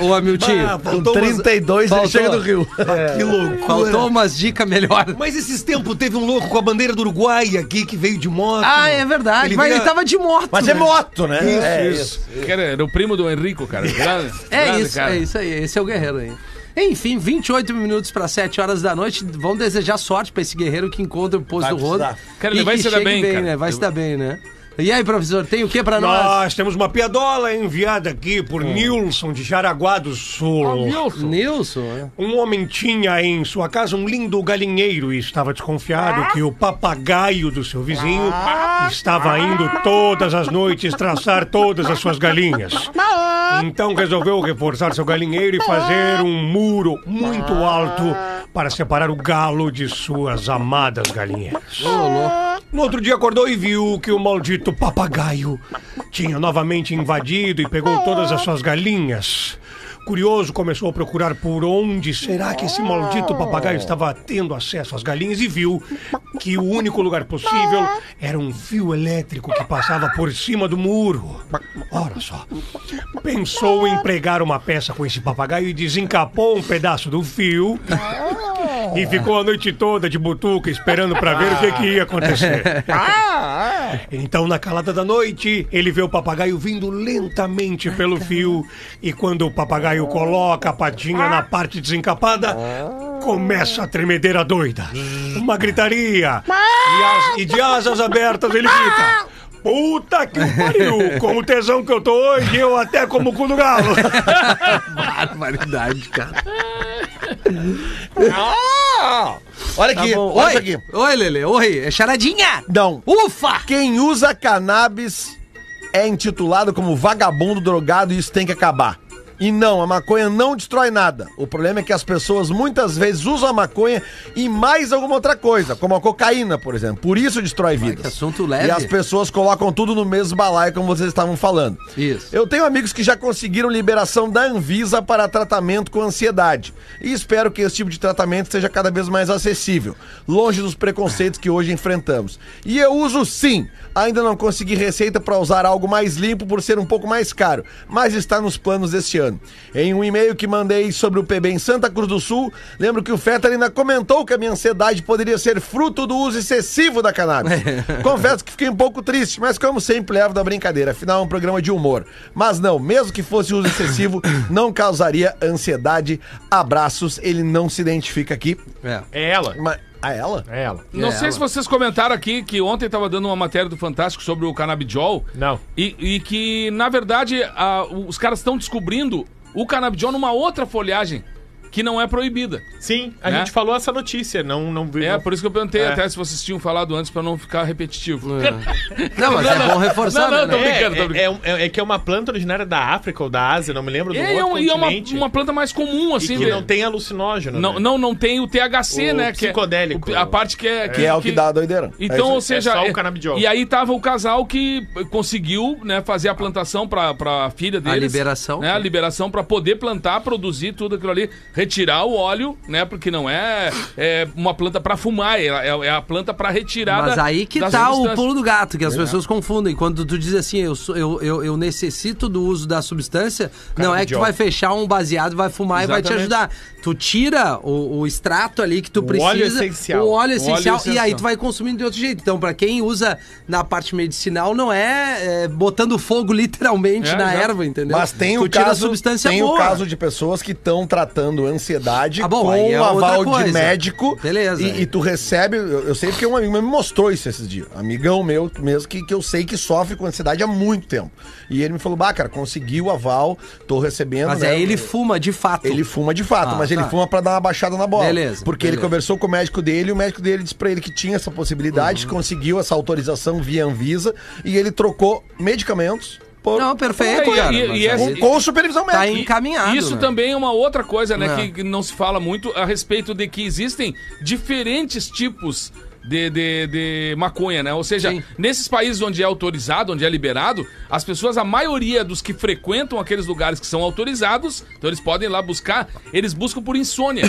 [SPEAKER 3] ô Hamiltinho.
[SPEAKER 7] Ah,
[SPEAKER 4] Com
[SPEAKER 7] faltou umas-
[SPEAKER 4] 32, ele
[SPEAKER 3] Faltou.
[SPEAKER 4] chega do Rio.
[SPEAKER 7] Que loucura.
[SPEAKER 3] É, Faltou umas dicas melhor.
[SPEAKER 7] Mas esses tempos teve um louco com a bandeira do Uruguai aqui que veio de moto.
[SPEAKER 3] Ah, é verdade.
[SPEAKER 7] Ele
[SPEAKER 3] mas
[SPEAKER 7] vira-
[SPEAKER 3] ele tava de moto.
[SPEAKER 4] Mas é
[SPEAKER 3] né?
[SPEAKER 4] moto, né? é
[SPEAKER 7] isso.
[SPEAKER 6] Cara, Era o primo do Henrico, cara. Grande-
[SPEAKER 3] É
[SPEAKER 6] grande
[SPEAKER 3] isso,
[SPEAKER 6] cara.
[SPEAKER 3] é isso aí. Esse é o guerreiro aí. Enfim, 28 minutos para 7 horas da noite. Vão desejar sorte para esse guerreiro que encontra o posto
[SPEAKER 4] Vai
[SPEAKER 3] do rodo.
[SPEAKER 4] precisar.
[SPEAKER 6] Cara, ele
[SPEAKER 3] E
[SPEAKER 6] vai
[SPEAKER 3] que
[SPEAKER 6] se dar
[SPEAKER 3] chegue
[SPEAKER 6] bem, cara.
[SPEAKER 3] né? Vai se dar bem, né? E aí, professor, tem o que para nós?
[SPEAKER 7] Nós temos uma piadola enviada aqui por Nilson de Jaraguá do
[SPEAKER 6] Ah,
[SPEAKER 7] Sul.
[SPEAKER 6] Wilson.
[SPEAKER 3] Nilson?
[SPEAKER 7] Um homem tinha em sua casa um lindo galinheiro e estava desconfiado que o papagaio do seu vizinho estava indo todas as noites traçar todas as suas galinhas. Então resolveu reforçar seu galinheiro e fazer um muro muito alto para separar o galo de suas amadas galinhas. No outro dia acordou e viu que o maldito papagaio tinha novamente invadido e pegou todas as suas galinhas. Curioso, começou a procurar por onde será que esse maldito papagaio estava tendo acesso às galinhas e viu que o único lugar possível era um fio elétrico que passava por cima do muro. Olha só. Pensou em pregar uma peça com esse papagaio e desencapou um pedaço do fio e ficou a noite toda de butuca esperando pra ver o que, que ia acontecer. Então, na calada da noite, ele vê o papagaio vindo lentamente pelo fio. E quando o papagaio coloca a patinha na parte desencapada, começa a tremedeira doida. Uma gritaria. E, as- e de asas abertas ele grita. Puta que o pariu! Com o tesão que eu tô hoje, eu até como o cu do galo.
[SPEAKER 3] Barbaridade, cara.
[SPEAKER 4] Olha aqui, Tá olha isso
[SPEAKER 3] Tá Oi,
[SPEAKER 4] aqui.
[SPEAKER 3] oi, Lele, oi. É charadinha.
[SPEAKER 4] Não.
[SPEAKER 3] Ufa!
[SPEAKER 4] Quem usa cannabis é intitulado como vagabundo drogado e isso tem que acabar. E não, a maconha não destrói nada. O problema é que as pessoas muitas vezes usam a maconha e mais alguma outra coisa, como a cocaína, por exemplo. Por isso destrói vidas.
[SPEAKER 3] que assunto leve.
[SPEAKER 4] E as pessoas colocam tudo no mesmo balaio, como vocês estavam falando.
[SPEAKER 3] Isso.
[SPEAKER 4] Eu tenho amigos que já conseguiram liberação da Anvisa para tratamento com ansiedade. E espero que esse tipo de tratamento seja cada vez mais acessível, longe dos preconceitos que hoje enfrentamos. E eu uso sim. Ainda não consegui receita para usar algo mais limpo por ser um pouco mais caro, mas está nos planos deste ano. Em um e-mail que mandei sobre o PB em Santa Cruz do Sul, lembro que o Fetter ainda comentou que a minha ansiedade poderia ser fruto do uso excessivo da cannabis. Confesso que fiquei um pouco triste, mas como sempre levo da brincadeira, afinal é um programa de humor. Mas não, mesmo que fosse uso excessivo, não causaria ansiedade. Abraços, ele não se identifica aqui.
[SPEAKER 3] É.
[SPEAKER 5] É ela.
[SPEAKER 4] Mas a ela?
[SPEAKER 5] É ela.
[SPEAKER 6] Não
[SPEAKER 3] É,
[SPEAKER 6] sei
[SPEAKER 3] ela.
[SPEAKER 6] se vocês comentaram aqui que ontem tava dando uma matéria do Fantástico sobre o canabidiol.
[SPEAKER 5] Não.
[SPEAKER 6] E, e que, na verdade, a- os caras estão descobrindo o canabidiol numa outra folhagem que não é proibida.
[SPEAKER 5] Sim, a
[SPEAKER 6] Né?
[SPEAKER 5] gente falou essa notícia, não, não viu.
[SPEAKER 6] É, por isso que eu perguntei
[SPEAKER 5] É.
[SPEAKER 6] até se vocês tinham falado antes pra não ficar repetitivo.
[SPEAKER 3] Não, mas é bom reforçar,
[SPEAKER 6] Não, não,
[SPEAKER 3] né?
[SPEAKER 6] tô
[SPEAKER 3] né?
[SPEAKER 6] brincando, tô
[SPEAKER 5] é, é, é, é que é uma planta originária da África ou da Ásia, não me lembro do
[SPEAKER 6] E é, um-
[SPEAKER 5] outro
[SPEAKER 6] e é uma,
[SPEAKER 5] continente.
[SPEAKER 6] uma planta mais comum,
[SPEAKER 5] E
[SPEAKER 6] assim.
[SPEAKER 5] que
[SPEAKER 6] de-
[SPEAKER 5] não tem alucinógeno.
[SPEAKER 6] não,
[SPEAKER 5] né?
[SPEAKER 6] não, não tem o THC,
[SPEAKER 5] O
[SPEAKER 6] né? que é-
[SPEAKER 5] psicodélico.
[SPEAKER 6] o- a parte que é...
[SPEAKER 4] Que é o que dá a doideira. É
[SPEAKER 6] Então,
[SPEAKER 4] isso
[SPEAKER 6] ou
[SPEAKER 4] aí.
[SPEAKER 6] seja,
[SPEAKER 5] É só o
[SPEAKER 6] é-
[SPEAKER 5] canabidiol.
[SPEAKER 6] e aí tava o casal que conseguiu, né, fazer a plantação pra, pra filha deles.
[SPEAKER 3] liberação.
[SPEAKER 6] Né, a liberação pra poder plantar, produzir tudo aquilo ali. retirar o óleo, né? Porque não é, é uma planta pra fumar, é, é- é a planta pra retirada.
[SPEAKER 3] Mas aí que
[SPEAKER 6] das
[SPEAKER 3] tá o
[SPEAKER 6] substâncias.
[SPEAKER 3] pulo do gato, que as pessoas confundem. Quando tu diz assim, eu, sou- eu, eu, eu necessito do uso da substância, não é que tu vai fechar um baseado, vai fumar e vai te
[SPEAKER 6] Exatamente.
[SPEAKER 3] ajudar. Tu tira o, o extrato ali que tu precisa.
[SPEAKER 5] óleo essencial.
[SPEAKER 3] O óleo essencial.
[SPEAKER 6] óleo
[SPEAKER 3] E aí
[SPEAKER 6] essencial.
[SPEAKER 3] tu vai consumindo de outro jeito. Então, pra quem usa na parte medicinal, não é, é, botando fogo literalmente
[SPEAKER 6] É,
[SPEAKER 3] na
[SPEAKER 6] exato.
[SPEAKER 3] erva, entendeu?
[SPEAKER 4] Mas tem
[SPEAKER 3] tu
[SPEAKER 4] o
[SPEAKER 3] tira
[SPEAKER 4] caso,
[SPEAKER 3] a substância
[SPEAKER 4] tem
[SPEAKER 3] boa.
[SPEAKER 4] o caso de pessoas que estão tratando ansiedade
[SPEAKER 3] Ah, bom,
[SPEAKER 4] com
[SPEAKER 3] aí é
[SPEAKER 4] o
[SPEAKER 3] outra
[SPEAKER 4] aval
[SPEAKER 3] coisa.
[SPEAKER 4] de médico.
[SPEAKER 3] Beleza. é.
[SPEAKER 4] E, e tu recebe, eu, eu sei porque um amigo meu me mostrou isso esses dias. Amigão meu mesmo que, que eu sei que sofre com ansiedade há muito tempo. E ele me falou: "Bah, cara, consegui o aval, tô recebendo,
[SPEAKER 3] Mas
[SPEAKER 4] né,
[SPEAKER 3] aí ele
[SPEAKER 4] eu-
[SPEAKER 3] fuma de fato.
[SPEAKER 4] Ele fuma de fato,
[SPEAKER 3] Ah,
[SPEAKER 4] mas ele
[SPEAKER 3] tá.
[SPEAKER 4] fuma pra dar uma baixada na bola.
[SPEAKER 3] Beleza,
[SPEAKER 4] Porque ele
[SPEAKER 3] beleza.
[SPEAKER 4] conversou com o médico dele e o médico dele disse pra ele que tinha essa possibilidade,
[SPEAKER 3] Uhum.
[SPEAKER 4] conseguiu essa autorização via Anvisa e ele trocou medicamentos por,
[SPEAKER 3] Não,
[SPEAKER 6] É,
[SPEAKER 3] perfeito,
[SPEAKER 6] e-
[SPEAKER 3] cara. mas
[SPEAKER 6] e- e
[SPEAKER 3] aí-
[SPEAKER 6] essa-
[SPEAKER 4] com, com supervisão médica.
[SPEAKER 3] Tá encaminhado.
[SPEAKER 6] Isso
[SPEAKER 3] né?
[SPEAKER 6] também é uma outra coisa, né,
[SPEAKER 3] É.
[SPEAKER 6] que- que não se fala muito a respeito de que existem diferentes tipos de, de, de maconha, né? Ou seja,
[SPEAKER 3] Sim.
[SPEAKER 6] nesses países onde é autorizado, onde é liberado, as pessoas, a maioria dos que frequentam aqueles lugares que são autorizados, então eles podem ir lá buscar, eles buscam por insônia.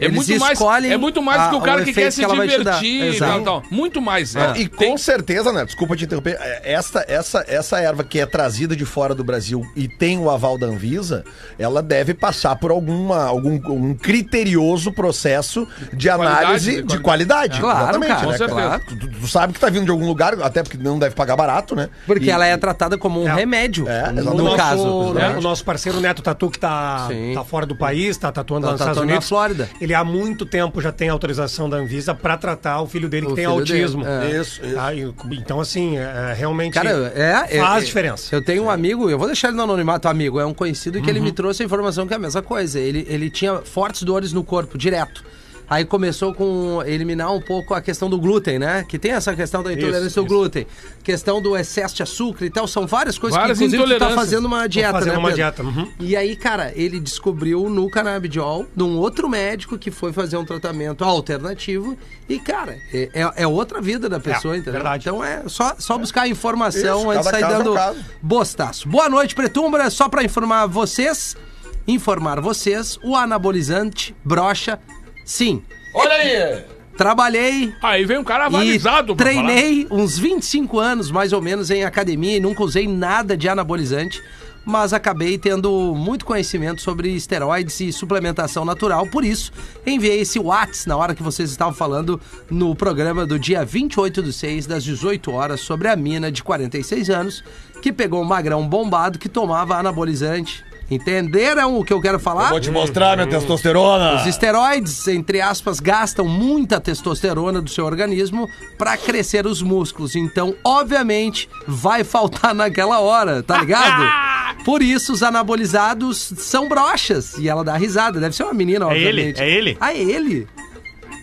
[SPEAKER 6] É
[SPEAKER 3] Eles
[SPEAKER 6] muito, mais,
[SPEAKER 3] escolhem
[SPEAKER 6] é muito mais do que
[SPEAKER 3] a-
[SPEAKER 6] o cara
[SPEAKER 3] o
[SPEAKER 6] que quer
[SPEAKER 3] efeito
[SPEAKER 6] se
[SPEAKER 3] que ela vai te dar.
[SPEAKER 6] divertir e
[SPEAKER 3] Exato. É.
[SPEAKER 6] tal, tal. Muito mais.
[SPEAKER 4] Não,
[SPEAKER 3] Ah.
[SPEAKER 6] né?
[SPEAKER 4] E com certeza, né? Desculpa te interromper. é, Esta, essa, essa erva que é trazida de fora do Brasil e tem o aval da Anvisa, ela deve passar por alguma, algum um criterioso processo de análise
[SPEAKER 6] de
[SPEAKER 4] de qualidade.
[SPEAKER 3] né?
[SPEAKER 4] né?
[SPEAKER 3] Claro, cara, com
[SPEAKER 6] certeza.
[SPEAKER 4] Tu, tu- tu sabe que tá vindo de algum lugar, até porque não deve pagar barato, né?
[SPEAKER 3] Porque
[SPEAKER 4] E-
[SPEAKER 3] ela é tratada como um
[SPEAKER 7] É.
[SPEAKER 3] remédio,
[SPEAKER 4] É,
[SPEAKER 3] no
[SPEAKER 4] exatamente. O nosso-
[SPEAKER 3] caso.
[SPEAKER 7] né,
[SPEAKER 3] né?
[SPEAKER 7] o nosso parceiro Neto Tatu, que tá,
[SPEAKER 3] Sim.
[SPEAKER 7] tá fora do país, tá tatuando
[SPEAKER 3] Tá
[SPEAKER 7] lá nos Estados
[SPEAKER 3] tatuando na
[SPEAKER 7] Unidos.
[SPEAKER 3] Flórida.
[SPEAKER 7] Ele há muito tempo já tem autorização da Anvisa pra tratar o filho dele
[SPEAKER 3] O
[SPEAKER 7] que tem
[SPEAKER 3] filho
[SPEAKER 7] autismo.
[SPEAKER 3] dele, é.
[SPEAKER 4] Isso, isso.
[SPEAKER 7] Tá? E- Então, assim, é, realmente
[SPEAKER 3] Cara, é. é-
[SPEAKER 7] faz
[SPEAKER 3] é-
[SPEAKER 7] diferença.
[SPEAKER 3] Eu tenho um amigo, eu vou deixar ele no anonimato, amigo, é um conhecido que ele me trouxe a informação que é a mesma coisa. Ele, ele tinha fortes dores no corpo, direto. Aí começou com eliminar um pouco a questão do glúten, né? Que tem essa questão da intolerância ao glúten, questão do excesso de açúcar e tal, são várias coisas
[SPEAKER 6] Várias
[SPEAKER 3] que inclusive tu tá
[SPEAKER 6] intolerâncias.
[SPEAKER 3] fazendo uma dieta,
[SPEAKER 7] fazendo
[SPEAKER 3] né?
[SPEAKER 7] uma
[SPEAKER 3] Pedro?
[SPEAKER 7] dieta, uhum.
[SPEAKER 3] E aí, cara, ele descobriu no canabidiol de um outro médico que foi fazer um tratamento alternativo. E, cara, é, é- é outra vida da pessoa, entendeu?
[SPEAKER 7] verdade.
[SPEAKER 3] Então é só, só buscar a informação
[SPEAKER 4] Isso,
[SPEAKER 3] antes de
[SPEAKER 4] cada
[SPEAKER 3] sair
[SPEAKER 4] caso é um
[SPEAKER 3] dando
[SPEAKER 4] caso.
[SPEAKER 3] bostaço. Boa noite, Pretumbra. Só pra informar vocês, informar vocês, o anabolizante brocha, sim.
[SPEAKER 6] Olha aí!
[SPEAKER 3] Trabalhei
[SPEAKER 6] Aí vem um cara
[SPEAKER 3] e
[SPEAKER 6] avalizado pra falar.
[SPEAKER 3] treinei uns 25 anos, mais ou menos, em academia e nunca usei nada de anabolizante, mas acabei tendo muito conhecimento sobre esteroides e suplementação natural. Por isso, enviei esse Whats na hora que vocês estavam falando no programa do dia 28 do 6, das 18 horas, sobre a mina de 46 anos, que pegou um magrão bombado que tomava anabolizante. Entenderam o que eu quero falar?
[SPEAKER 4] Vou te mostrar minha testosterona.
[SPEAKER 3] Hum. Os esteroides, entre aspas, gastam muita testosterona do seu organismo para crescer os músculos. Então, obviamente, vai faltar naquela hora, tá ligado? Por isso, os anabolizados são brochas. E ela dá risada. Deve ser uma menina,
[SPEAKER 5] É ele?
[SPEAKER 3] obviamente.
[SPEAKER 5] É ele?
[SPEAKER 3] Ah, ele?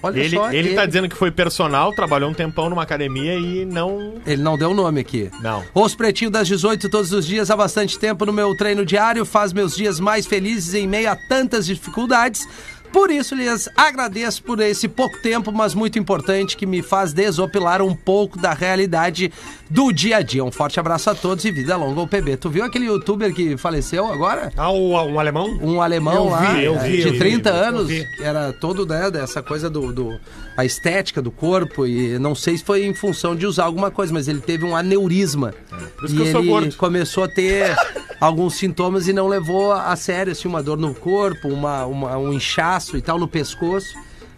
[SPEAKER 3] Olha
[SPEAKER 5] Ele,
[SPEAKER 3] só.
[SPEAKER 5] ele tá dizendo que foi personal, trabalhou um tempão numa academia e não.
[SPEAKER 3] Ele não deu o nome aqui.
[SPEAKER 5] Não.
[SPEAKER 3] Os Pretinho das 18 todos os dias há bastante tempo no meu treino diário, faz meus dias mais felizes em meio a tantas dificuldades. Por isso, lhes agradeço por esse pouco tempo, mas muito importante, que me faz desopilar um pouco da realidade do dia a dia. Um forte abraço a todos e vida longa ao PB. Tu viu aquele youtuber que faleceu agora?
[SPEAKER 7] Ah, o- um alemão?
[SPEAKER 3] um alemão
[SPEAKER 7] Eu
[SPEAKER 3] lá
[SPEAKER 7] vi, eu
[SPEAKER 3] eh,
[SPEAKER 7] vi,
[SPEAKER 3] de
[SPEAKER 7] eu vi,
[SPEAKER 3] 30
[SPEAKER 7] eu
[SPEAKER 3] anos,
[SPEAKER 7] vi.
[SPEAKER 3] que era todo né, dessa coisa do, do- a estética do corpo e não sei se foi em função de usar alguma coisa, mas ele teve um aneurisma.
[SPEAKER 7] É,
[SPEAKER 5] Por isso
[SPEAKER 3] e
[SPEAKER 5] que eu
[SPEAKER 3] ele
[SPEAKER 5] sou gordo.
[SPEAKER 3] começou a ter alguns sintomas e não levou a sério assim, uma dor no corpo, uma, uma- um inchaço e tal no pescoço.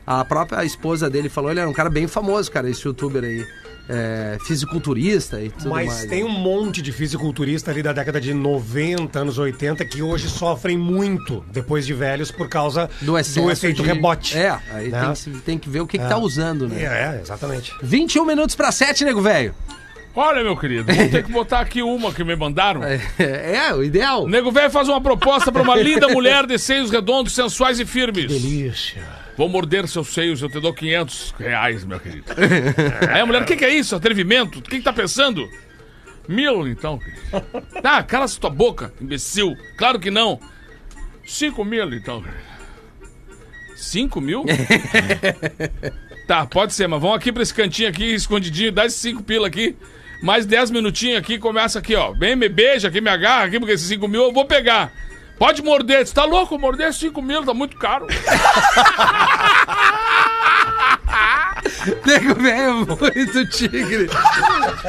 [SPEAKER 3] A própria esposa dele falou, ele era um cara bem famoso, cara, esse youtuber aí, eh, fisiculturista e tudo
[SPEAKER 7] Mas
[SPEAKER 3] mais.
[SPEAKER 7] tem um monte de fisiculturista ali da década de 90, anos 80, que hoje sofrem muito depois de velhos por causa
[SPEAKER 3] do,
[SPEAKER 7] do,
[SPEAKER 3] excesso
[SPEAKER 7] efeito
[SPEAKER 3] de-
[SPEAKER 7] rebote.
[SPEAKER 3] É, aí
[SPEAKER 7] né?
[SPEAKER 3] tem, que, se- tem que ver o que, que tá usando, né?
[SPEAKER 7] É, é, exatamente.
[SPEAKER 3] 21 minutos pra 7, nego velho.
[SPEAKER 6] Olha, meu querido, vou ter que botar aqui uma que me mandaram.
[SPEAKER 3] É, é, o ideal.
[SPEAKER 6] O Nego Velho faz uma proposta pra uma linda mulher de seios redondos, sensuais e firmes. delícia. Vou morder seus seios, eu te dou 500 reais, meu querido. Aí a mulher, o que, que é isso? Atrevimento? O que, que tá pensando? Mil, então. querido. Ah, cala-se tua boca, imbecil. Claro que não. Cinco mil, então. querido. Cinco mil? tá, pode ser, mas vamos aqui pra esse cantinho aqui, escondidinho, dá esses cinco pila aqui. Mais dez minutinhos aqui, começa aqui, ó. Vem, me beija aqui, me agarra aqui, porque esses cinco mil eu vou pegar. Pode morder. Você tá louco? Morder 5 mil, tá muito caro.
[SPEAKER 3] Nego velho, muito tigre.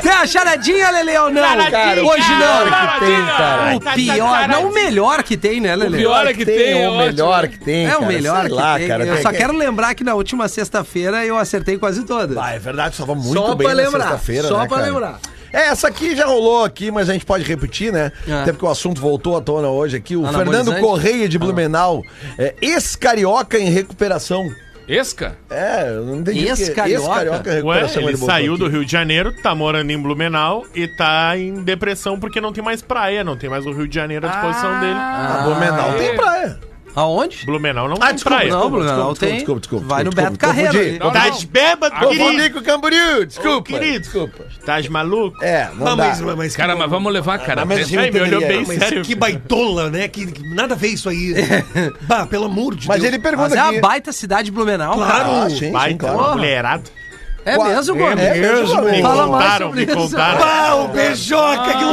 [SPEAKER 3] Tem a charadinha, Lele, ou não?
[SPEAKER 5] Charadinha,
[SPEAKER 3] Cara, Hoje não.
[SPEAKER 5] charadinha.
[SPEAKER 4] tem, cara.
[SPEAKER 3] O pior, não o melhor que tem, né, Lele?
[SPEAKER 6] pior é que tem,
[SPEAKER 4] é
[SPEAKER 6] é
[SPEAKER 4] o
[SPEAKER 6] ótimo.
[SPEAKER 4] melhor que tem.
[SPEAKER 3] É o
[SPEAKER 4] cara.
[SPEAKER 3] melhor
[SPEAKER 4] Sei
[SPEAKER 3] que
[SPEAKER 4] lá,
[SPEAKER 3] tem.
[SPEAKER 4] cara.
[SPEAKER 3] eu
[SPEAKER 4] Tem
[SPEAKER 3] só
[SPEAKER 4] que-
[SPEAKER 3] quero lembrar que na última sexta-feira eu acertei quase todas.
[SPEAKER 4] Ah, é verdade, só vamos muito
[SPEAKER 3] Só
[SPEAKER 4] bem
[SPEAKER 3] pra
[SPEAKER 4] na
[SPEAKER 3] lembrar,
[SPEAKER 4] sexta-feira,
[SPEAKER 3] só
[SPEAKER 4] né,
[SPEAKER 3] pra
[SPEAKER 4] cara?
[SPEAKER 3] lembrar.
[SPEAKER 4] É, essa aqui já rolou aqui, mas a gente pode repetir, né?
[SPEAKER 3] É. Tá
[SPEAKER 4] Até porque o assunto voltou à tona hoje aqui. O
[SPEAKER 3] Anabolizante?
[SPEAKER 4] Fernando Correia
[SPEAKER 3] Ah.
[SPEAKER 4] de Blumenau, é, ex-carioca em recuperação.
[SPEAKER 6] Esca?
[SPEAKER 4] É, eu não entendi. o que-
[SPEAKER 3] Ex-carioca?
[SPEAKER 4] em
[SPEAKER 5] Ué,
[SPEAKER 4] recuperação.
[SPEAKER 5] ele
[SPEAKER 4] botou
[SPEAKER 5] saiu
[SPEAKER 4] aqui.
[SPEAKER 5] do Rio de Janeiro, tá morando em Blumenau e tá em depressão porque não tem mais praia, não tem mais o Rio de Janeiro à disposição dele.
[SPEAKER 4] Ah, Blumenau
[SPEAKER 6] Ah,
[SPEAKER 4] tem
[SPEAKER 6] é.
[SPEAKER 4] praia.
[SPEAKER 3] Aonde?
[SPEAKER 5] Blumenau não
[SPEAKER 4] Ah,
[SPEAKER 5] tem
[SPEAKER 4] desculpa,
[SPEAKER 5] praia.
[SPEAKER 3] Não, Bruno, não
[SPEAKER 4] desculpa, desculpa,
[SPEAKER 3] tem.
[SPEAKER 4] desculpa, desculpa,
[SPEAKER 3] Vai no
[SPEAKER 4] desculpa,
[SPEAKER 3] Beto
[SPEAKER 4] confundi.
[SPEAKER 3] Carreiro. ali.
[SPEAKER 6] Não,
[SPEAKER 5] Tá
[SPEAKER 6] não.
[SPEAKER 5] de bêbado,
[SPEAKER 4] Confundi
[SPEAKER 5] querido.
[SPEAKER 4] com o Camboriú, desculpa.
[SPEAKER 5] querido.
[SPEAKER 4] Desculpa.
[SPEAKER 5] Tás maluco?
[SPEAKER 4] É, não dá. Tá
[SPEAKER 7] mas, mas,
[SPEAKER 6] Cara, mas vamos levar,
[SPEAKER 3] Ah,
[SPEAKER 6] cara.
[SPEAKER 4] mas
[SPEAKER 6] Até-
[SPEAKER 4] eu
[SPEAKER 5] Ai, me olhou
[SPEAKER 4] entenderia,
[SPEAKER 5] bem
[SPEAKER 7] mas
[SPEAKER 5] sério.
[SPEAKER 7] que baitola, né? Que, que nada a ver isso aí. bah, pelo amor de
[SPEAKER 4] Mas
[SPEAKER 7] Deus.
[SPEAKER 4] ele pergunta
[SPEAKER 3] Mas é
[SPEAKER 4] aqui.
[SPEAKER 3] uma baita cidade Blumenau,
[SPEAKER 7] Claro.
[SPEAKER 3] cara.
[SPEAKER 4] Ah, sim, sim,
[SPEAKER 5] tipo. Baita
[SPEAKER 4] claro.
[SPEAKER 5] uma mulherada.
[SPEAKER 3] É
[SPEAKER 4] Qua-
[SPEAKER 3] mesmo,
[SPEAKER 4] é
[SPEAKER 3] Gomes?
[SPEAKER 4] mesmo,
[SPEAKER 5] Me
[SPEAKER 4] Gomes.
[SPEAKER 3] Fala mais
[SPEAKER 5] contaram,
[SPEAKER 3] sobre
[SPEAKER 5] me
[SPEAKER 3] isso.
[SPEAKER 5] contaram.
[SPEAKER 7] Bah, o beijoca, que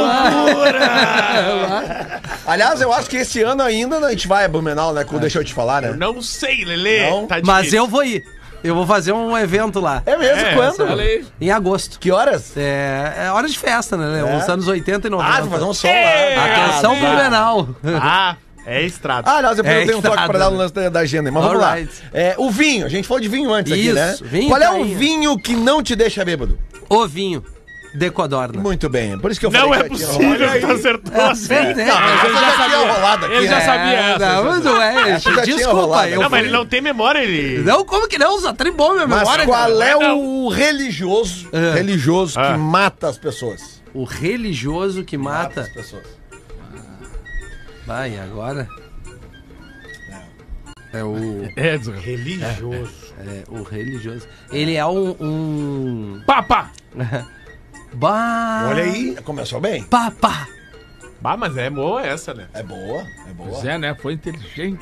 [SPEAKER 7] loucura!
[SPEAKER 4] Aliás, eu acho que esse ano ainda a gente vai a Blumenau, né? Deixa eu te falar, né?
[SPEAKER 5] Não sei, Lelê.
[SPEAKER 4] Não.
[SPEAKER 5] Tá
[SPEAKER 3] Mas
[SPEAKER 5] difícil.
[SPEAKER 3] eu vou ir. Eu vou fazer um evento lá.
[SPEAKER 4] É mesmo?
[SPEAKER 5] É,
[SPEAKER 4] quando?
[SPEAKER 6] Olha aí.
[SPEAKER 3] Em agosto.
[SPEAKER 4] Que horas?
[SPEAKER 3] É, é hora de festa, né? Lele? Os anos 80 e 90.
[SPEAKER 4] Ah, vou fazer um tá. som lá.
[SPEAKER 3] Atenção,
[SPEAKER 6] Ah,
[SPEAKER 3] Blumenau.
[SPEAKER 5] Ah, é estrada.
[SPEAKER 4] Ah, aliás, depois
[SPEAKER 3] É,
[SPEAKER 4] eu tenho um toque
[SPEAKER 3] estrada.
[SPEAKER 4] pra dar no lance da da agenda. Mas vamos
[SPEAKER 3] Alright.
[SPEAKER 4] lá. É, o vinho, a gente falou de vinho antes aqui,
[SPEAKER 3] Isso,
[SPEAKER 4] né?
[SPEAKER 3] vinho,
[SPEAKER 4] Qual é o
[SPEAKER 3] carinha.
[SPEAKER 4] vinho que não te deixa bêbado?
[SPEAKER 3] Ovinho. Decodorna.
[SPEAKER 4] Muito bem, por isso que eu
[SPEAKER 5] Não
[SPEAKER 4] falei
[SPEAKER 5] é
[SPEAKER 4] que eu tinha
[SPEAKER 5] possível que tu acertou.
[SPEAKER 3] É,
[SPEAKER 5] assim.
[SPEAKER 3] Acertei.
[SPEAKER 4] rolado. é. Eu já tinha rolado aqui,
[SPEAKER 6] Ele já sabia. Ele já
[SPEAKER 4] né?
[SPEAKER 6] sabia
[SPEAKER 3] né? É,
[SPEAKER 6] essa.
[SPEAKER 3] não,
[SPEAKER 6] essa.
[SPEAKER 3] não é,
[SPEAKER 4] Essa já tinha
[SPEAKER 3] Desculpa,
[SPEAKER 4] rolado.
[SPEAKER 3] eu
[SPEAKER 5] Não,
[SPEAKER 3] fui-
[SPEAKER 5] mas ele não tem memória, ele...
[SPEAKER 3] Não, como que não? Só tem boa minha
[SPEAKER 4] Mas
[SPEAKER 3] memória,
[SPEAKER 4] qual
[SPEAKER 3] cara.
[SPEAKER 4] é
[SPEAKER 5] Não.
[SPEAKER 4] o religioso,
[SPEAKER 3] É.
[SPEAKER 4] religioso que
[SPEAKER 5] É.
[SPEAKER 4] mata as pessoas?
[SPEAKER 3] O religioso que
[SPEAKER 4] Mata
[SPEAKER 3] mata.
[SPEAKER 4] as pessoas.
[SPEAKER 3] Vai, agora? É o,
[SPEAKER 6] É, desgraça.
[SPEAKER 7] Religioso.
[SPEAKER 3] é o religioso. Ele é um. um...
[SPEAKER 6] Papá.
[SPEAKER 3] Bah...
[SPEAKER 4] Olha aí, começou bem.
[SPEAKER 3] Papá!
[SPEAKER 5] Bah, mas é boa essa, né?
[SPEAKER 4] É boa, é boa.
[SPEAKER 6] Pois é, né? Foi inteligente.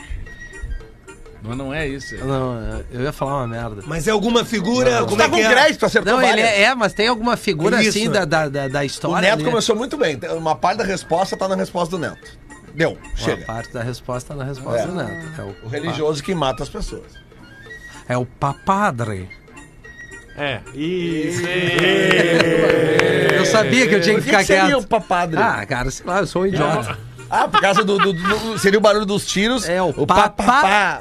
[SPEAKER 6] Mas não é isso. é.
[SPEAKER 3] Não, eu ia falar uma merda.
[SPEAKER 7] Mas é alguma figura. Como
[SPEAKER 4] Tá
[SPEAKER 7] é que
[SPEAKER 4] com
[SPEAKER 7] é?
[SPEAKER 4] crédito, acertou
[SPEAKER 3] Não, ele
[SPEAKER 4] várias.
[SPEAKER 3] é, é, mas tem alguma figura
[SPEAKER 7] Isso.
[SPEAKER 3] assim da, da, da, da
[SPEAKER 4] O
[SPEAKER 3] história.
[SPEAKER 4] Neto
[SPEAKER 3] ali.
[SPEAKER 4] começou muito bem. Uma parte da resposta tá na resposta do Neto. Deu,
[SPEAKER 3] Uma
[SPEAKER 4] chega.
[SPEAKER 3] parte da resposta na resposta
[SPEAKER 4] É.
[SPEAKER 3] do Neto. É o,
[SPEAKER 4] O religioso que mata as pessoas.
[SPEAKER 3] É o papadre.
[SPEAKER 5] É. E...
[SPEAKER 3] Eu sabia que eu tinha que ficar quieto.
[SPEAKER 4] papadre? Ah,
[SPEAKER 3] Ah, cara, sei lá, eu sou um idiota.
[SPEAKER 4] por causa do, do- do- Seria o barulho dos tiros.
[SPEAKER 3] É, o pa-
[SPEAKER 4] pa- pa-
[SPEAKER 3] pa-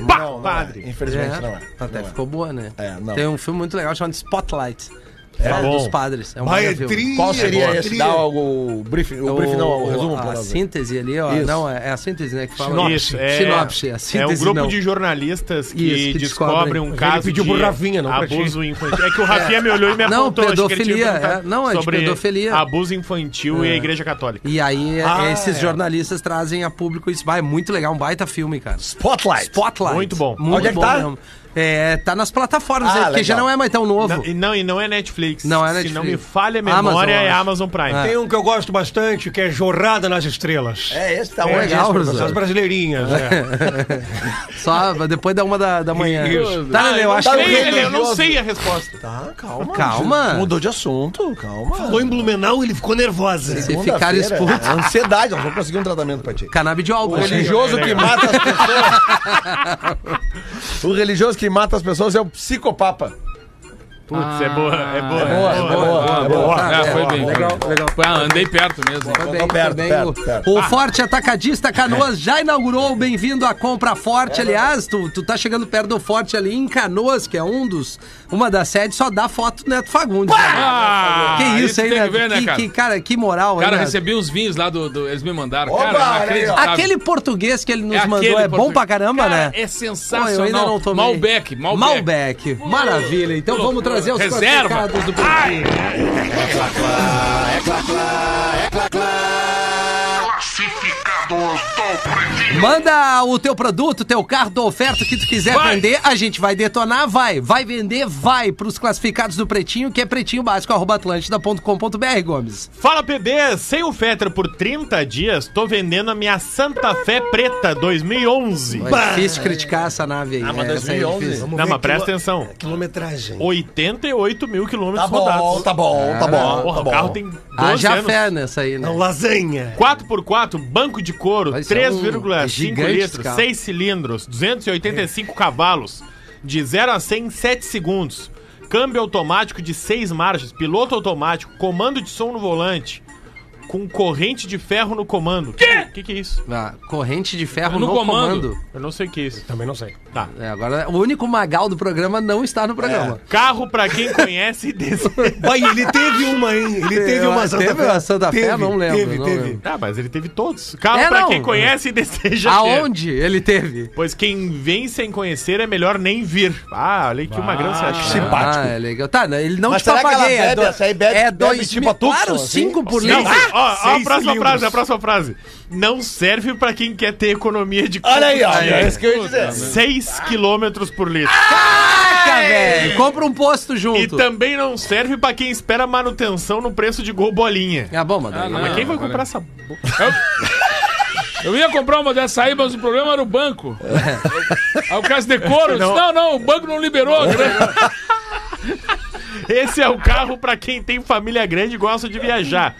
[SPEAKER 3] padre.
[SPEAKER 4] Não, não é.
[SPEAKER 5] Padre.
[SPEAKER 4] Infelizmente não é.
[SPEAKER 3] Até
[SPEAKER 4] Não é.
[SPEAKER 3] ficou boa, né?
[SPEAKER 4] É, não.
[SPEAKER 3] Tem um filme muito legal chamado Spotlight. que
[SPEAKER 4] É
[SPEAKER 3] fala
[SPEAKER 5] bom.
[SPEAKER 3] dos padres. É um
[SPEAKER 7] Vai,
[SPEAKER 3] baita
[SPEAKER 7] é
[SPEAKER 3] filme.
[SPEAKER 7] tri-
[SPEAKER 4] Qual seria
[SPEAKER 7] boa.
[SPEAKER 4] esse? Dá o, o briefing, o, briefing não, o resumo. pra
[SPEAKER 3] A
[SPEAKER 4] nós.
[SPEAKER 3] síntese ali, ó.
[SPEAKER 4] Isso.
[SPEAKER 3] Não, é, é a síntese, né? Que fala.
[SPEAKER 5] Isso,
[SPEAKER 3] é.
[SPEAKER 5] é,
[SPEAKER 3] Sinopse. A
[SPEAKER 5] é
[SPEAKER 3] síntese,
[SPEAKER 5] um grupo
[SPEAKER 3] não.
[SPEAKER 5] de jornalistas que,
[SPEAKER 3] Isso, que descobrem.
[SPEAKER 5] descobrem um
[SPEAKER 7] Ele
[SPEAKER 5] caso
[SPEAKER 7] pediu
[SPEAKER 5] de
[SPEAKER 7] pro Rafinha, não pra ti.
[SPEAKER 5] abuso infantil. É que o Rafinha me olhou e me
[SPEAKER 3] Não,
[SPEAKER 5] apontou. achei que ele tinha
[SPEAKER 3] pedofilia,
[SPEAKER 5] perguntado
[SPEAKER 3] é. Não, é de
[SPEAKER 5] sobre
[SPEAKER 3] pedofilia.
[SPEAKER 5] abuso infantil
[SPEAKER 3] É.
[SPEAKER 5] e a igreja católica.
[SPEAKER 3] E aí, é-
[SPEAKER 4] Ah,
[SPEAKER 3] esses
[SPEAKER 4] é.
[SPEAKER 3] jornalistas trazem a público isso. Vai, é muito legal, um baita filme, cara.
[SPEAKER 4] Spotlight.
[SPEAKER 3] Spotlight.
[SPEAKER 5] Muito bom.
[SPEAKER 3] Muito
[SPEAKER 4] Onde é que
[SPEAKER 3] bom
[SPEAKER 4] tá?
[SPEAKER 3] mesmo. É, tá nas plataformas
[SPEAKER 4] Ah,
[SPEAKER 3] aí, porque já
[SPEAKER 4] legal.
[SPEAKER 3] não é mais tão novo.
[SPEAKER 5] Não, e não, e não é Netflix.
[SPEAKER 3] Não é
[SPEAKER 5] Se
[SPEAKER 3] Netflix.
[SPEAKER 5] não me falha a
[SPEAKER 3] Amazon,
[SPEAKER 5] memória, é
[SPEAKER 3] eu acho.
[SPEAKER 5] Amazon Prime.
[SPEAKER 3] É.
[SPEAKER 7] Tem um que eu gosto bastante, que é Jornada nas Estrelas.
[SPEAKER 4] É, esse tá
[SPEAKER 3] É,
[SPEAKER 4] onde?
[SPEAKER 3] legal,
[SPEAKER 4] esse,
[SPEAKER 3] Rosa.
[SPEAKER 4] professor?
[SPEAKER 7] As brasileirinhas, é.
[SPEAKER 3] Só depois da uma da, da manhã.
[SPEAKER 6] Isso.
[SPEAKER 3] Tá,
[SPEAKER 7] Ah,
[SPEAKER 3] Lelê, eu acho
[SPEAKER 4] Tá
[SPEAKER 5] Ei,
[SPEAKER 3] que...
[SPEAKER 4] no
[SPEAKER 5] Lelê, eu não
[SPEAKER 4] religioso.
[SPEAKER 5] sei a resposta.
[SPEAKER 4] Tá, calma.
[SPEAKER 3] Calma.
[SPEAKER 4] gente. Mudou de assunto, calma.
[SPEAKER 7] Falou em Blumenau, ele ficou nervosa.
[SPEAKER 3] Sim. Se ficar
[SPEAKER 4] Segunda-feira,
[SPEAKER 3] expulso.
[SPEAKER 4] é Ansiedade, nós vamos conseguir um tratamento pra ti.
[SPEAKER 3] Canabidiol.
[SPEAKER 4] O religioso que mata as pessoas. O religioso que mata as pessoas é o psicopapa.
[SPEAKER 5] Putz, é boa, é boa.
[SPEAKER 4] É boa, é boa, é boa.
[SPEAKER 6] Ah, foi bem.
[SPEAKER 4] Legal, legal.
[SPEAKER 6] Foi, ah, andei perto mesmo.
[SPEAKER 3] Foi bem,
[SPEAKER 4] Tô
[SPEAKER 3] foi
[SPEAKER 4] perto,
[SPEAKER 3] bem.
[SPEAKER 4] perto,
[SPEAKER 3] O-
[SPEAKER 4] perto.
[SPEAKER 3] O Forte Atacadista Canoas já inaugurou o Bem-vindo à Compra Forte. Aliás, tu, tu tá chegando perto do Forte ali em Canoas, que é um dos... Uma das sedes, só dá foto do Neto Fagundes.
[SPEAKER 6] Ah,
[SPEAKER 3] né? que isso,
[SPEAKER 6] aí
[SPEAKER 3] hein,
[SPEAKER 6] tem
[SPEAKER 3] Neto?
[SPEAKER 6] que ver, né,
[SPEAKER 3] que,
[SPEAKER 6] cara?
[SPEAKER 3] que, cara, que moral, né? hein,
[SPEAKER 6] Cara, eu
[SPEAKER 3] Neto?
[SPEAKER 6] recebi uns vinhos lá do. do- eles me mandaram.
[SPEAKER 4] Opa,
[SPEAKER 6] cara,
[SPEAKER 4] olha aí, ó.
[SPEAKER 6] inacreditável.
[SPEAKER 3] Aquele português que ele nos
[SPEAKER 6] É
[SPEAKER 3] mandou
[SPEAKER 6] aquele
[SPEAKER 3] é bom
[SPEAKER 6] português.
[SPEAKER 3] pra caramba,
[SPEAKER 6] Cara,
[SPEAKER 3] né?
[SPEAKER 6] É sensacional.
[SPEAKER 3] eu ainda não tomei.
[SPEAKER 6] Malbec, Malbec.
[SPEAKER 3] Malbec. Maravilha. Então vamos trazer os
[SPEAKER 6] Reserva.
[SPEAKER 3] classificados do Pretinho. Manda o teu produto, teu carro, tua oferta que tu quiser
[SPEAKER 6] Vai.
[SPEAKER 3] vender, a gente vai detonar, vai. Vai vender, vai pros classificados do Pretinho, que é pretinhobásico.atlântida.com.br, Gomes.
[SPEAKER 5] Fala PB, sem o Fetter por 30 dias, tô vendendo a minha Santa Fé Preta 2011.
[SPEAKER 3] É difícil criticar essa nave aí.
[SPEAKER 4] Ah, mas
[SPEAKER 3] né? Essa aí é
[SPEAKER 4] 2011?
[SPEAKER 3] difícil.
[SPEAKER 5] Não, mas presta atenção.
[SPEAKER 7] Quilometragem.
[SPEAKER 5] 88 mil quilômetros
[SPEAKER 4] Tá bom,
[SPEAKER 5] rodados.
[SPEAKER 4] tá bom, tá bom.
[SPEAKER 5] Porra,
[SPEAKER 4] tá
[SPEAKER 5] o carro
[SPEAKER 4] bom.
[SPEAKER 5] tem 12
[SPEAKER 3] Haja
[SPEAKER 5] anos.
[SPEAKER 3] fé nessa aí, né?
[SPEAKER 7] Não, lasanha.
[SPEAKER 5] 4x4, banco de couro,
[SPEAKER 3] Mas isso é um
[SPEAKER 5] 3,5
[SPEAKER 3] gigante esse
[SPEAKER 5] litros,
[SPEAKER 3] carro.
[SPEAKER 5] 6 cilindros, 285 cavalos, de 0 a 100 em 7 segundos, câmbio automático de 6 marchas, piloto automático, comando de som no volante, com corrente de ferro no comando. Quê? O que, que é isso?
[SPEAKER 3] Ah, corrente de ferro no,
[SPEAKER 6] No
[SPEAKER 3] comando.
[SPEAKER 6] comando.
[SPEAKER 5] Eu não sei o que é isso.
[SPEAKER 7] Também não sei.
[SPEAKER 5] Tá.
[SPEAKER 3] É, agora o único magal do programa não está no programa.
[SPEAKER 5] Carro pra quem conhece e deseja.
[SPEAKER 7] Pai, ele teve uma, hein?
[SPEAKER 4] É.
[SPEAKER 7] Ele teve uma Santa
[SPEAKER 3] Teve
[SPEAKER 7] Fé.
[SPEAKER 3] uma Santa Fé?
[SPEAKER 7] Teve,
[SPEAKER 3] Não lembro,
[SPEAKER 7] Teve,
[SPEAKER 3] não
[SPEAKER 7] teve.
[SPEAKER 3] lembro.
[SPEAKER 5] Ah, mas ele teve todos. Carro
[SPEAKER 3] É,
[SPEAKER 5] pra
[SPEAKER 3] não.
[SPEAKER 5] quem conhece e deseja. ter.
[SPEAKER 3] Aonde ele teve?
[SPEAKER 5] Pois quem vem sem conhecer é melhor nem vir. Ah, olha que uma grana você acha.
[SPEAKER 4] sim. Simpático.
[SPEAKER 3] Ah, é legal. Tá, né, ele não
[SPEAKER 4] Mas
[SPEAKER 3] te
[SPEAKER 4] será que ela
[SPEAKER 3] paguei. é
[SPEAKER 4] bebe?
[SPEAKER 3] do-
[SPEAKER 4] Essa aí bebe-
[SPEAKER 3] é
[SPEAKER 4] bebe
[SPEAKER 3] dois
[SPEAKER 4] tipo
[SPEAKER 3] mil-
[SPEAKER 4] a Tucson,
[SPEAKER 3] Claro,
[SPEAKER 4] assim?
[SPEAKER 3] cinco por
[SPEAKER 5] Não, ah,
[SPEAKER 3] litro.
[SPEAKER 5] ó, ó, a
[SPEAKER 7] seis
[SPEAKER 5] próxima
[SPEAKER 7] cilindros.
[SPEAKER 5] frase, a próxima frase. Não serve pra quem quer ter economia de
[SPEAKER 4] Olha aí, ó. Ah.
[SPEAKER 5] combustível.
[SPEAKER 4] É isso que eu ia dizer.
[SPEAKER 5] 6 km por litro.
[SPEAKER 4] Ah.
[SPEAKER 3] Caraca, velho. Compra um posto
[SPEAKER 5] e
[SPEAKER 3] junto.
[SPEAKER 5] também não serve pra quem espera manutenção no preço de gol bolinha.
[SPEAKER 3] É bom, mano.
[SPEAKER 6] Ah, não.
[SPEAKER 5] Mas quem vai
[SPEAKER 6] agora-
[SPEAKER 5] comprar essa bo-
[SPEAKER 6] Eu ia comprar uma dessa aí, mas o problema era o banco.
[SPEAKER 3] É.
[SPEAKER 6] Aí o caso de couro, eu disse, não, não, o banco não liberou. né?
[SPEAKER 5] Esse é o carro pra quem tem família grande e gosta de viajar.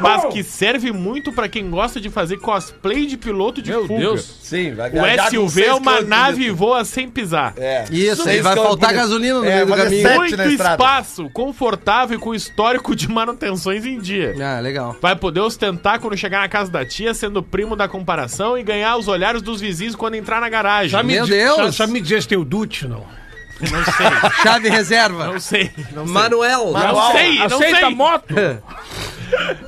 [SPEAKER 5] Mas que serve muito pra quem gosta de fazer cosplay de piloto de
[SPEAKER 6] Meu
[SPEAKER 5] fuga.
[SPEAKER 6] Deus.
[SPEAKER 4] Sim, vai
[SPEAKER 5] O
[SPEAKER 4] viajar com
[SPEAKER 5] SUV
[SPEAKER 4] seis
[SPEAKER 5] é uma
[SPEAKER 4] quilômetros.
[SPEAKER 5] nave e voa sem pisar.
[SPEAKER 4] É.
[SPEAKER 3] Isso, aí
[SPEAKER 4] Seis
[SPEAKER 3] vai faltar
[SPEAKER 4] quilômetros.
[SPEAKER 3] gasolina no
[SPEAKER 4] É,
[SPEAKER 3] meio do
[SPEAKER 4] mas é
[SPEAKER 3] caminho.
[SPEAKER 4] sete.
[SPEAKER 5] Muito
[SPEAKER 4] na estrada.
[SPEAKER 5] espaço, confortável e com histórico de manutenções em dia.
[SPEAKER 3] Ah, legal.
[SPEAKER 5] Vai poder ostentar quando chegar na casa da tia, sendo primo da comparação e ganhar os olhares dos vizinhos quando entrar na garagem.
[SPEAKER 7] me
[SPEAKER 3] Meu
[SPEAKER 7] di-
[SPEAKER 3] Deus.
[SPEAKER 7] Já, já me diz teu Dutch, não.
[SPEAKER 5] Não sei,
[SPEAKER 3] Chave reserva.
[SPEAKER 5] não sei, não sei.
[SPEAKER 3] Manuel.
[SPEAKER 5] Não sei, não
[SPEAKER 6] Aceita a
[SPEAKER 5] sei.
[SPEAKER 6] moto.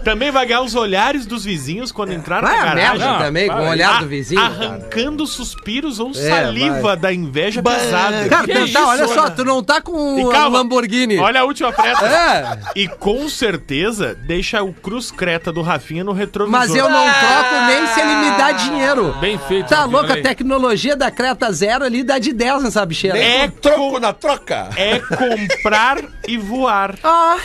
[SPEAKER 5] Também vai ganhar os olhares dos vizinhos quando entrar
[SPEAKER 3] Vai
[SPEAKER 5] na
[SPEAKER 3] a
[SPEAKER 5] garagem.
[SPEAKER 3] merda
[SPEAKER 6] Não,
[SPEAKER 3] também, com o olhar do vizinho. cara.
[SPEAKER 5] Arrancando suspiros ou
[SPEAKER 3] É,
[SPEAKER 5] saliva
[SPEAKER 3] vai.
[SPEAKER 5] da inveja pesada.
[SPEAKER 3] Cara,
[SPEAKER 6] Que
[SPEAKER 3] tá,
[SPEAKER 6] isso,
[SPEAKER 3] olha só,
[SPEAKER 6] olha.
[SPEAKER 3] tu não tá com
[SPEAKER 5] é E
[SPEAKER 3] um
[SPEAKER 5] calma,
[SPEAKER 3] Lamborghini.
[SPEAKER 5] Olha a última frase.
[SPEAKER 3] É,
[SPEAKER 5] E com certeza deixa o Cruz Creta do Rafinha no retrovisor.
[SPEAKER 3] mas eu não troco nem se ele me dá dinheiro.
[SPEAKER 6] Bem feito.
[SPEAKER 3] Tá
[SPEAKER 6] Rafinha,
[SPEAKER 3] louco,
[SPEAKER 6] olha
[SPEAKER 3] a
[SPEAKER 6] aí.
[SPEAKER 3] tecnologia da Creta Zero ali dá de 10 nessa bicheira.
[SPEAKER 5] É,
[SPEAKER 4] Um troco na troca.
[SPEAKER 5] é comprar e voar.
[SPEAKER 3] Ah,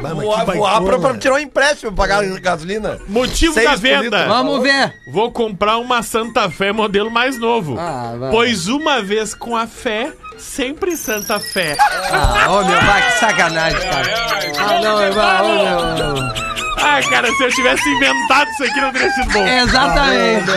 [SPEAKER 4] Voar, voar pra, pra tirar o empréstimo, pagar a gasolina.
[SPEAKER 5] Motivo
[SPEAKER 4] Seis
[SPEAKER 5] da
[SPEAKER 4] por litro.
[SPEAKER 5] venda.
[SPEAKER 3] vamos ver.
[SPEAKER 5] Vou comprar uma Santa Fé modelo mais novo.
[SPEAKER 3] Ah, vai.
[SPEAKER 5] pois uma vez com a fé, sempre Santa Fé.
[SPEAKER 3] Ah, ô meu pai, que sacanagem, cara. Ah, não, irmão, ô, meu.
[SPEAKER 5] Ah, cara, se eu tivesse inventado isso aqui, não teria sido bom.
[SPEAKER 3] É Exatamente.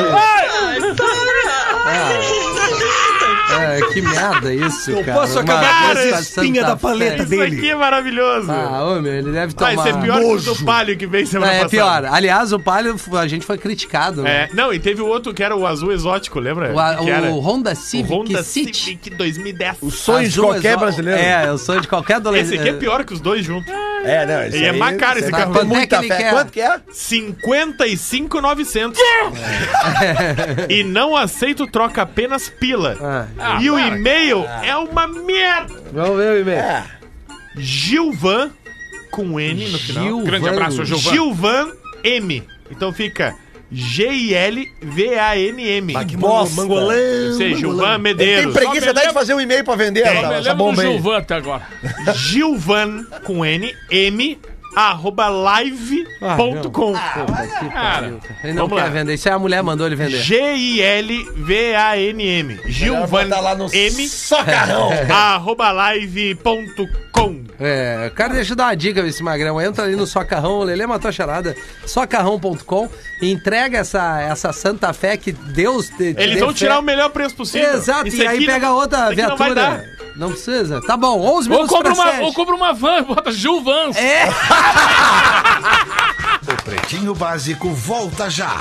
[SPEAKER 3] Ah, que merda isso, cara.
[SPEAKER 7] posso
[SPEAKER 3] Uma
[SPEAKER 7] acabar
[SPEAKER 3] vez
[SPEAKER 7] com
[SPEAKER 3] com
[SPEAKER 7] essa espinha
[SPEAKER 3] Santa
[SPEAKER 7] da
[SPEAKER 3] Fé.
[SPEAKER 7] paleta.
[SPEAKER 5] isso aqui é maravilhoso.
[SPEAKER 3] Ah, ô meu, ele deve tomar...
[SPEAKER 5] Vai ser pior que o do Palio que veio
[SPEAKER 3] Não,
[SPEAKER 5] semana
[SPEAKER 3] é
[SPEAKER 5] passada.
[SPEAKER 3] pior. Aliás, o Palio, a gente foi criticado. né?
[SPEAKER 5] É, não, e teve o outro que era o azul exótico, lembra?
[SPEAKER 3] O, a-
[SPEAKER 5] É. que era?
[SPEAKER 3] o Honda
[SPEAKER 5] O
[SPEAKER 3] Civic
[SPEAKER 5] Honda
[SPEAKER 3] City.
[SPEAKER 5] Civic 2010.
[SPEAKER 4] O sonho
[SPEAKER 3] As
[SPEAKER 4] de
[SPEAKER 3] duas,
[SPEAKER 4] qualquer
[SPEAKER 3] ó,
[SPEAKER 4] brasileiro.
[SPEAKER 3] É, eu sou de qualquer adolescente.
[SPEAKER 5] Esse aqui é pior que os dois juntos.
[SPEAKER 4] É, não, esse
[SPEAKER 5] E é
[SPEAKER 4] aí-
[SPEAKER 5] mais caro esse
[SPEAKER 4] aí
[SPEAKER 5] carro.
[SPEAKER 4] tem
[SPEAKER 3] Quanto é que
[SPEAKER 4] muita
[SPEAKER 3] ele
[SPEAKER 4] fé.
[SPEAKER 3] quer?
[SPEAKER 4] Quanto que é?
[SPEAKER 5] 55,900. e não aceito troca apenas pila.
[SPEAKER 3] É. Ah.
[SPEAKER 5] e o e-mail é uma merda.
[SPEAKER 3] Vamos ver o
[SPEAKER 4] É,
[SPEAKER 3] e-mail.
[SPEAKER 5] Gilvan com N no final.
[SPEAKER 3] Gil-
[SPEAKER 6] Grande abraço, Gilvan.
[SPEAKER 5] Gilvan M. Então fica G-I-L-V-A-N-M.
[SPEAKER 4] Que
[SPEAKER 3] um
[SPEAKER 4] bosta.
[SPEAKER 5] Ou
[SPEAKER 4] Mangolão.
[SPEAKER 5] seja, Gilvan
[SPEAKER 4] Ele tem
[SPEAKER 5] Medeiros.
[SPEAKER 4] preguiça
[SPEAKER 6] Só me
[SPEAKER 4] até de
[SPEAKER 6] lembra-
[SPEAKER 4] fazer um e-mail pra vender
[SPEAKER 6] Eu
[SPEAKER 4] essa,
[SPEAKER 6] me
[SPEAKER 4] essa
[SPEAKER 6] lembro do
[SPEAKER 4] bomba aí.
[SPEAKER 6] Gilvan até agora.
[SPEAKER 5] Gilvan com N M arroba Ah, live.com.
[SPEAKER 4] Ah,
[SPEAKER 6] Cara,
[SPEAKER 3] Ele não
[SPEAKER 5] Vamos
[SPEAKER 3] quer
[SPEAKER 5] lá.
[SPEAKER 3] vender. Isso é a mulher mandou ele vender.
[SPEAKER 5] G-I-L-V-A-N-M. Gilvan
[SPEAKER 4] Tá lá no
[SPEAKER 5] M
[SPEAKER 4] socarrão.
[SPEAKER 5] arroba live.com.
[SPEAKER 3] É, cara, deixa eu dar uma dica pra esse magrão. Entra ali no Socarrão, o Lelê matou a charada, socarrão.com, entrega essa, essa Santa Fé que Deus te, te
[SPEAKER 5] Eles
[SPEAKER 3] dê
[SPEAKER 5] vão
[SPEAKER 3] fé.
[SPEAKER 5] tirar o melhor preço possível.
[SPEAKER 3] Exato,
[SPEAKER 5] Isso
[SPEAKER 3] e aí
[SPEAKER 5] aqui
[SPEAKER 3] pega
[SPEAKER 5] não-
[SPEAKER 3] outra
[SPEAKER 5] isso aqui
[SPEAKER 3] viatura.
[SPEAKER 5] Não vai dar.
[SPEAKER 3] Não precisa. Tá bom, 11
[SPEAKER 6] Ou
[SPEAKER 3] minutos
[SPEAKER 6] compra,
[SPEAKER 3] pra
[SPEAKER 6] uma,
[SPEAKER 3] sete.
[SPEAKER 6] ou compra Ah, uma van, bota Gilvans.
[SPEAKER 3] É.
[SPEAKER 1] Pretinho Básico volta já.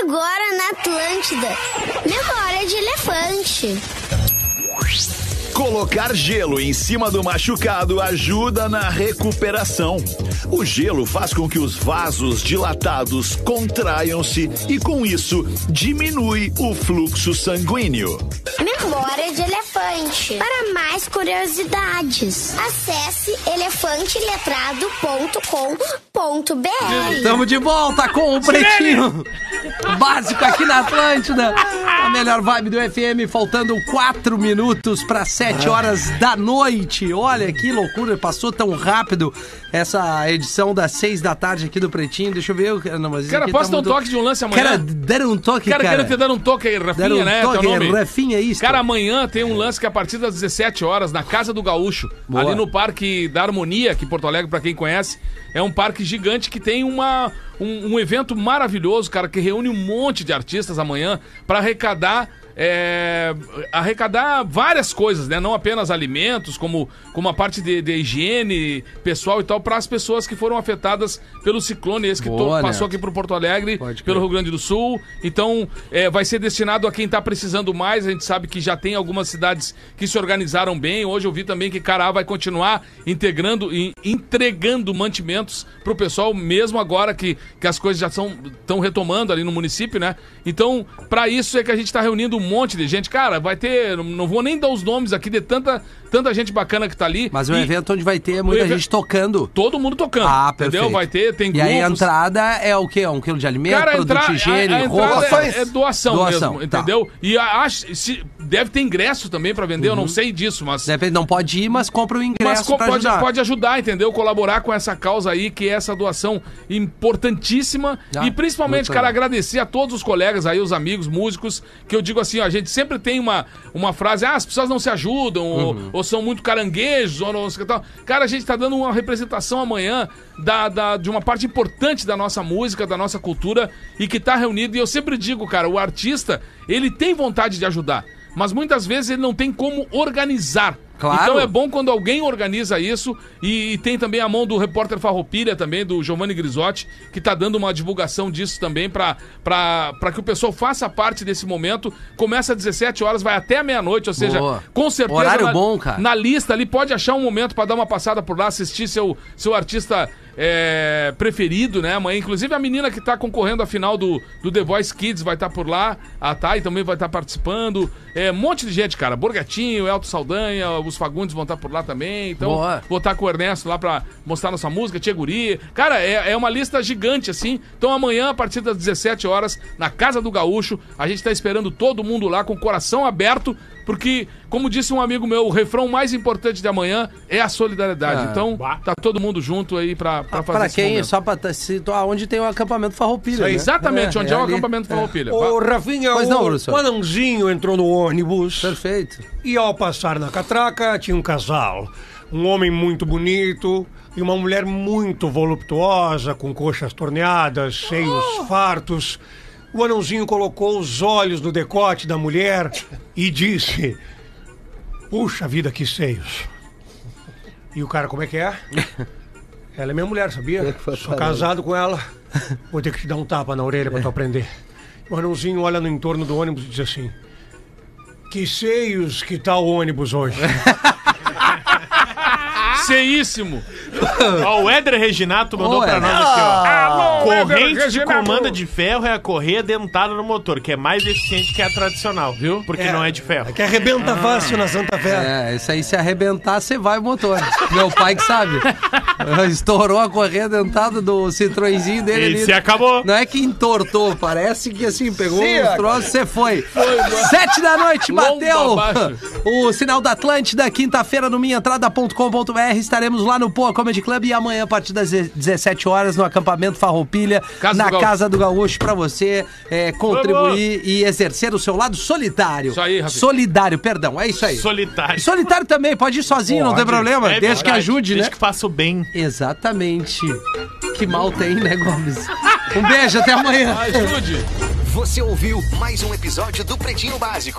[SPEAKER 8] Agora na Atlântida. Memória de elefante.
[SPEAKER 9] Colocar gelo em cima do machucado ajuda na recuperação. O gelo faz com que os vasos dilatados contraiam-se e, com isso, diminui o fluxo sanguíneo.
[SPEAKER 8] Memória de elefante. Para mais curiosidades, acesse elefanteletrado.com.br.
[SPEAKER 3] Estamos de volta com o Pretinho. Básico aqui na Atlântida. A melhor vibe do FM, faltando 4 minutos para 7 horas da noite. Olha que loucura, passou tão rápido essa edição das 6 da tarde aqui do Pretinho. Deixa eu ver. eu- Não, mas isso
[SPEAKER 6] Cara,
[SPEAKER 3] aqui tá
[SPEAKER 6] posso dar um
[SPEAKER 3] muito-
[SPEAKER 6] toque de um lance amanhã?
[SPEAKER 3] Cara, deram um toque,
[SPEAKER 6] Cara,
[SPEAKER 3] cara.
[SPEAKER 6] quero te dar um toque aí,
[SPEAKER 3] Deram
[SPEAKER 6] Rafinha,
[SPEAKER 3] um
[SPEAKER 6] né?
[SPEAKER 3] toque,
[SPEAKER 6] Teu nome.
[SPEAKER 3] Rafinha, é isso.
[SPEAKER 6] Cara, amanhã tem um lance que a partir das 17 horas, na Casa do Gaúcho,
[SPEAKER 3] Boa.
[SPEAKER 6] ali no Parque da Harmonia, que Porto Alegre, pra quem conhece, é um parque gigante que tem uma, um, um evento maravilhoso, cara, que reúne um monte de artistas amanhã pra arrecadar. é, arrecadar várias coisas, né? Não apenas alimentos, como, como a parte de, de higiene pessoal e tal, para as pessoas que foram afetadas pelo ciclone esse que
[SPEAKER 3] Boa, né?
[SPEAKER 6] to- passou
[SPEAKER 3] Neto.
[SPEAKER 6] aqui pro Porto Alegre,
[SPEAKER 3] Pode
[SPEAKER 6] pelo
[SPEAKER 3] crer.
[SPEAKER 6] Rio Grande do Sul. Então, é, vai ser destinado a quem tá precisando mais. A gente sabe que já tem algumas cidades que se organizaram bem. Hoje eu vi também que Cará vai continuar integrando e entregando mantimentos pro pessoal, mesmo agora que, que as coisas já estão retomando ali no município, né? Então, para isso é que a gente tá reunindo um monte de gente. Cara, vai ter. Não, não vou nem dar os nomes aqui de tanta, tanta gente bacana que tá ali.
[SPEAKER 3] Mas é um
[SPEAKER 6] E
[SPEAKER 3] evento onde vai ter muita
[SPEAKER 6] evento-
[SPEAKER 3] gente tocando.
[SPEAKER 6] Todo mundo tocando.
[SPEAKER 3] Ah, perfeito.
[SPEAKER 6] entendeu? Vai ter, tem
[SPEAKER 3] E aí a
[SPEAKER 6] grupos.
[SPEAKER 3] entrada é o quê? Um quilo de alimento,
[SPEAKER 6] Cara, a
[SPEAKER 3] produto
[SPEAKER 6] entra-
[SPEAKER 3] de higiene,
[SPEAKER 6] a- a entrada
[SPEAKER 3] roupa?
[SPEAKER 6] é, é doação,
[SPEAKER 3] Doação,
[SPEAKER 6] mesmo,
[SPEAKER 3] tá.
[SPEAKER 6] entendeu? E a- acho- se, deve ter ingresso também pra vender, eu
[SPEAKER 3] Uhum.
[SPEAKER 6] não sei disso, mas...
[SPEAKER 3] De repente não pode ir, mas compra o ingresso
[SPEAKER 6] Mas co-
[SPEAKER 3] pra
[SPEAKER 6] pode
[SPEAKER 3] ajudar.
[SPEAKER 6] ajudar. pode ajudar, entendeu? Colaborar com essa causa aí, que é essa doação importantíssima.
[SPEAKER 3] Ah,
[SPEAKER 6] e principalmente,
[SPEAKER 3] muito
[SPEAKER 6] cara,
[SPEAKER 3] legal.
[SPEAKER 6] agradecer a todos os colegas aí, os amigos, músicos, que eu digo assim, ó, a gente sempre tem uma, uma frase, ah, as pessoas não se ajudam, ou,
[SPEAKER 3] Uhum.
[SPEAKER 6] ou são muito caranguejos, ou não sei o que tal. Cara, a gente tá dando uma representação amanhã da, da- de uma parte importante da nossa música, da nossa cultura, e que tá reunido. E eu sempre digo, cara, o artista, ele tem vontade de ajudar. Mas muitas vezes ele não tem como organizar.
[SPEAKER 3] Claro.
[SPEAKER 6] Então é bom quando alguém organiza isso e, e tem também a mão do repórter Farroupilha também, do Giovanni Grisotti, que tá dando uma divulgação disso também pra pra- pra que o pessoal faça parte desse momento. Começa às 17 horas, vai até a meia-noite, ou seja,
[SPEAKER 3] Boa.
[SPEAKER 6] com certeza
[SPEAKER 3] Horário
[SPEAKER 6] na,
[SPEAKER 3] bom, cara.
[SPEAKER 6] na lista ali pode achar um momento pra dar uma passada por lá, assistir seu seu artista é, preferido, né, amanhã. Inclusive a menina que tá concorrendo à final do, do The Voice Kids vai estar por lá, a Thay também vai estar participando. É, um monte de gente, cara. Borgatinho, Elton Saldanha, os Fagundes vão estar por lá também. Então,
[SPEAKER 3] Boa.
[SPEAKER 6] vou estar com o Ernesto lá pra mostrar nossa música, Tia Guri. Cara, é, é uma lista gigante, assim. Então amanhã, a partir das 17 horas, na Casa do Gaúcho, a gente tá esperando todo mundo lá com o coração aberto, porque, como disse um amigo meu, o refrão mais importante de amanhã é a solidariedade.
[SPEAKER 3] Ah.
[SPEAKER 6] Então, tá todo mundo junto aí pra, pra fazer
[SPEAKER 3] Pra
[SPEAKER 6] esse
[SPEAKER 3] quem?
[SPEAKER 6] momento.
[SPEAKER 3] Só pra tá, t- situar onde tem o acampamento Farroupilha, né?
[SPEAKER 6] Exatamente, onde é, o
[SPEAKER 3] ali.
[SPEAKER 6] acampamento Farroupilha.
[SPEAKER 7] Ô, Rafinha,
[SPEAKER 3] Pois
[SPEAKER 7] o,
[SPEAKER 3] não, professor.
[SPEAKER 7] o anãozinho entrou no ônibus
[SPEAKER 3] Perfeito.
[SPEAKER 7] e ao passar na catraca tinha um casal. Um homem muito bonito e uma mulher muito voluptuosa, com coxas torneadas, seios
[SPEAKER 3] Oh.
[SPEAKER 7] fartos. O anãozinho colocou os olhos no decote da mulher e disse: Puxa vida, que seios. E o cara, como é que é? Ela é minha mulher, sabia? Sou casado com ela. Vou ter que te dar um tapa na orelha pra tu aprender. O anãozinho olha no entorno do ônibus e diz assim: Que seios que tá o ônibus hoje.
[SPEAKER 6] Seíssimo!
[SPEAKER 5] Ó, o Éder Reginato mandou
[SPEAKER 3] Ô,
[SPEAKER 5] pra
[SPEAKER 3] Éder. Ah!
[SPEAKER 5] nós aqui, ó.
[SPEAKER 6] Alô, Éder
[SPEAKER 5] Corrente de
[SPEAKER 6] Reginato.
[SPEAKER 5] comanda de ferro é a correia dentada no motor, que é mais eficiente que a tradicional, viu? Porque não é de ferro.
[SPEAKER 7] Que arrebenta fácil na Santa Fé.
[SPEAKER 3] É, isso aí se arrebentar, você vai o motor. Meu pai que sabe. Estourou a correia dentada do Citroenzinho dele ali.
[SPEAKER 5] E se acabou.
[SPEAKER 3] Não é que entortou, parece que assim, pegou
[SPEAKER 6] é,
[SPEAKER 4] Sim,
[SPEAKER 3] uns
[SPEAKER 4] cara.
[SPEAKER 3] troços e você foi. Sete da noite,
[SPEAKER 6] Lomba
[SPEAKER 3] bateu
[SPEAKER 6] abaixo.
[SPEAKER 3] o sinal da Atlântida, quinta-feira no minhaentrada.com.br. Estaremos lá no Poa Comedy Club e amanhã, a partir das 17 horas, no acampamento Farroupilha,
[SPEAKER 6] Casa
[SPEAKER 3] na
[SPEAKER 6] do Gaúcho.
[SPEAKER 3] Casa do Gaúcho, pra você é, contribuir e exercer o seu lado solitário.
[SPEAKER 6] Isso aí, Rafinha.
[SPEAKER 3] Solidário, perdão, é isso aí.
[SPEAKER 5] Solitário.
[SPEAKER 3] Solitário também, pode ir sozinho, não tem problema.
[SPEAKER 5] É
[SPEAKER 3] desde que
[SPEAKER 5] verdade,
[SPEAKER 3] ajude, né?
[SPEAKER 5] Desde que faça o bem.
[SPEAKER 3] Exatamente. Que mal tem, né, Gomes? Um beijo, até amanhã.
[SPEAKER 6] Ajude!
[SPEAKER 1] Você ouviu mais um episódio do Pretinho Básico.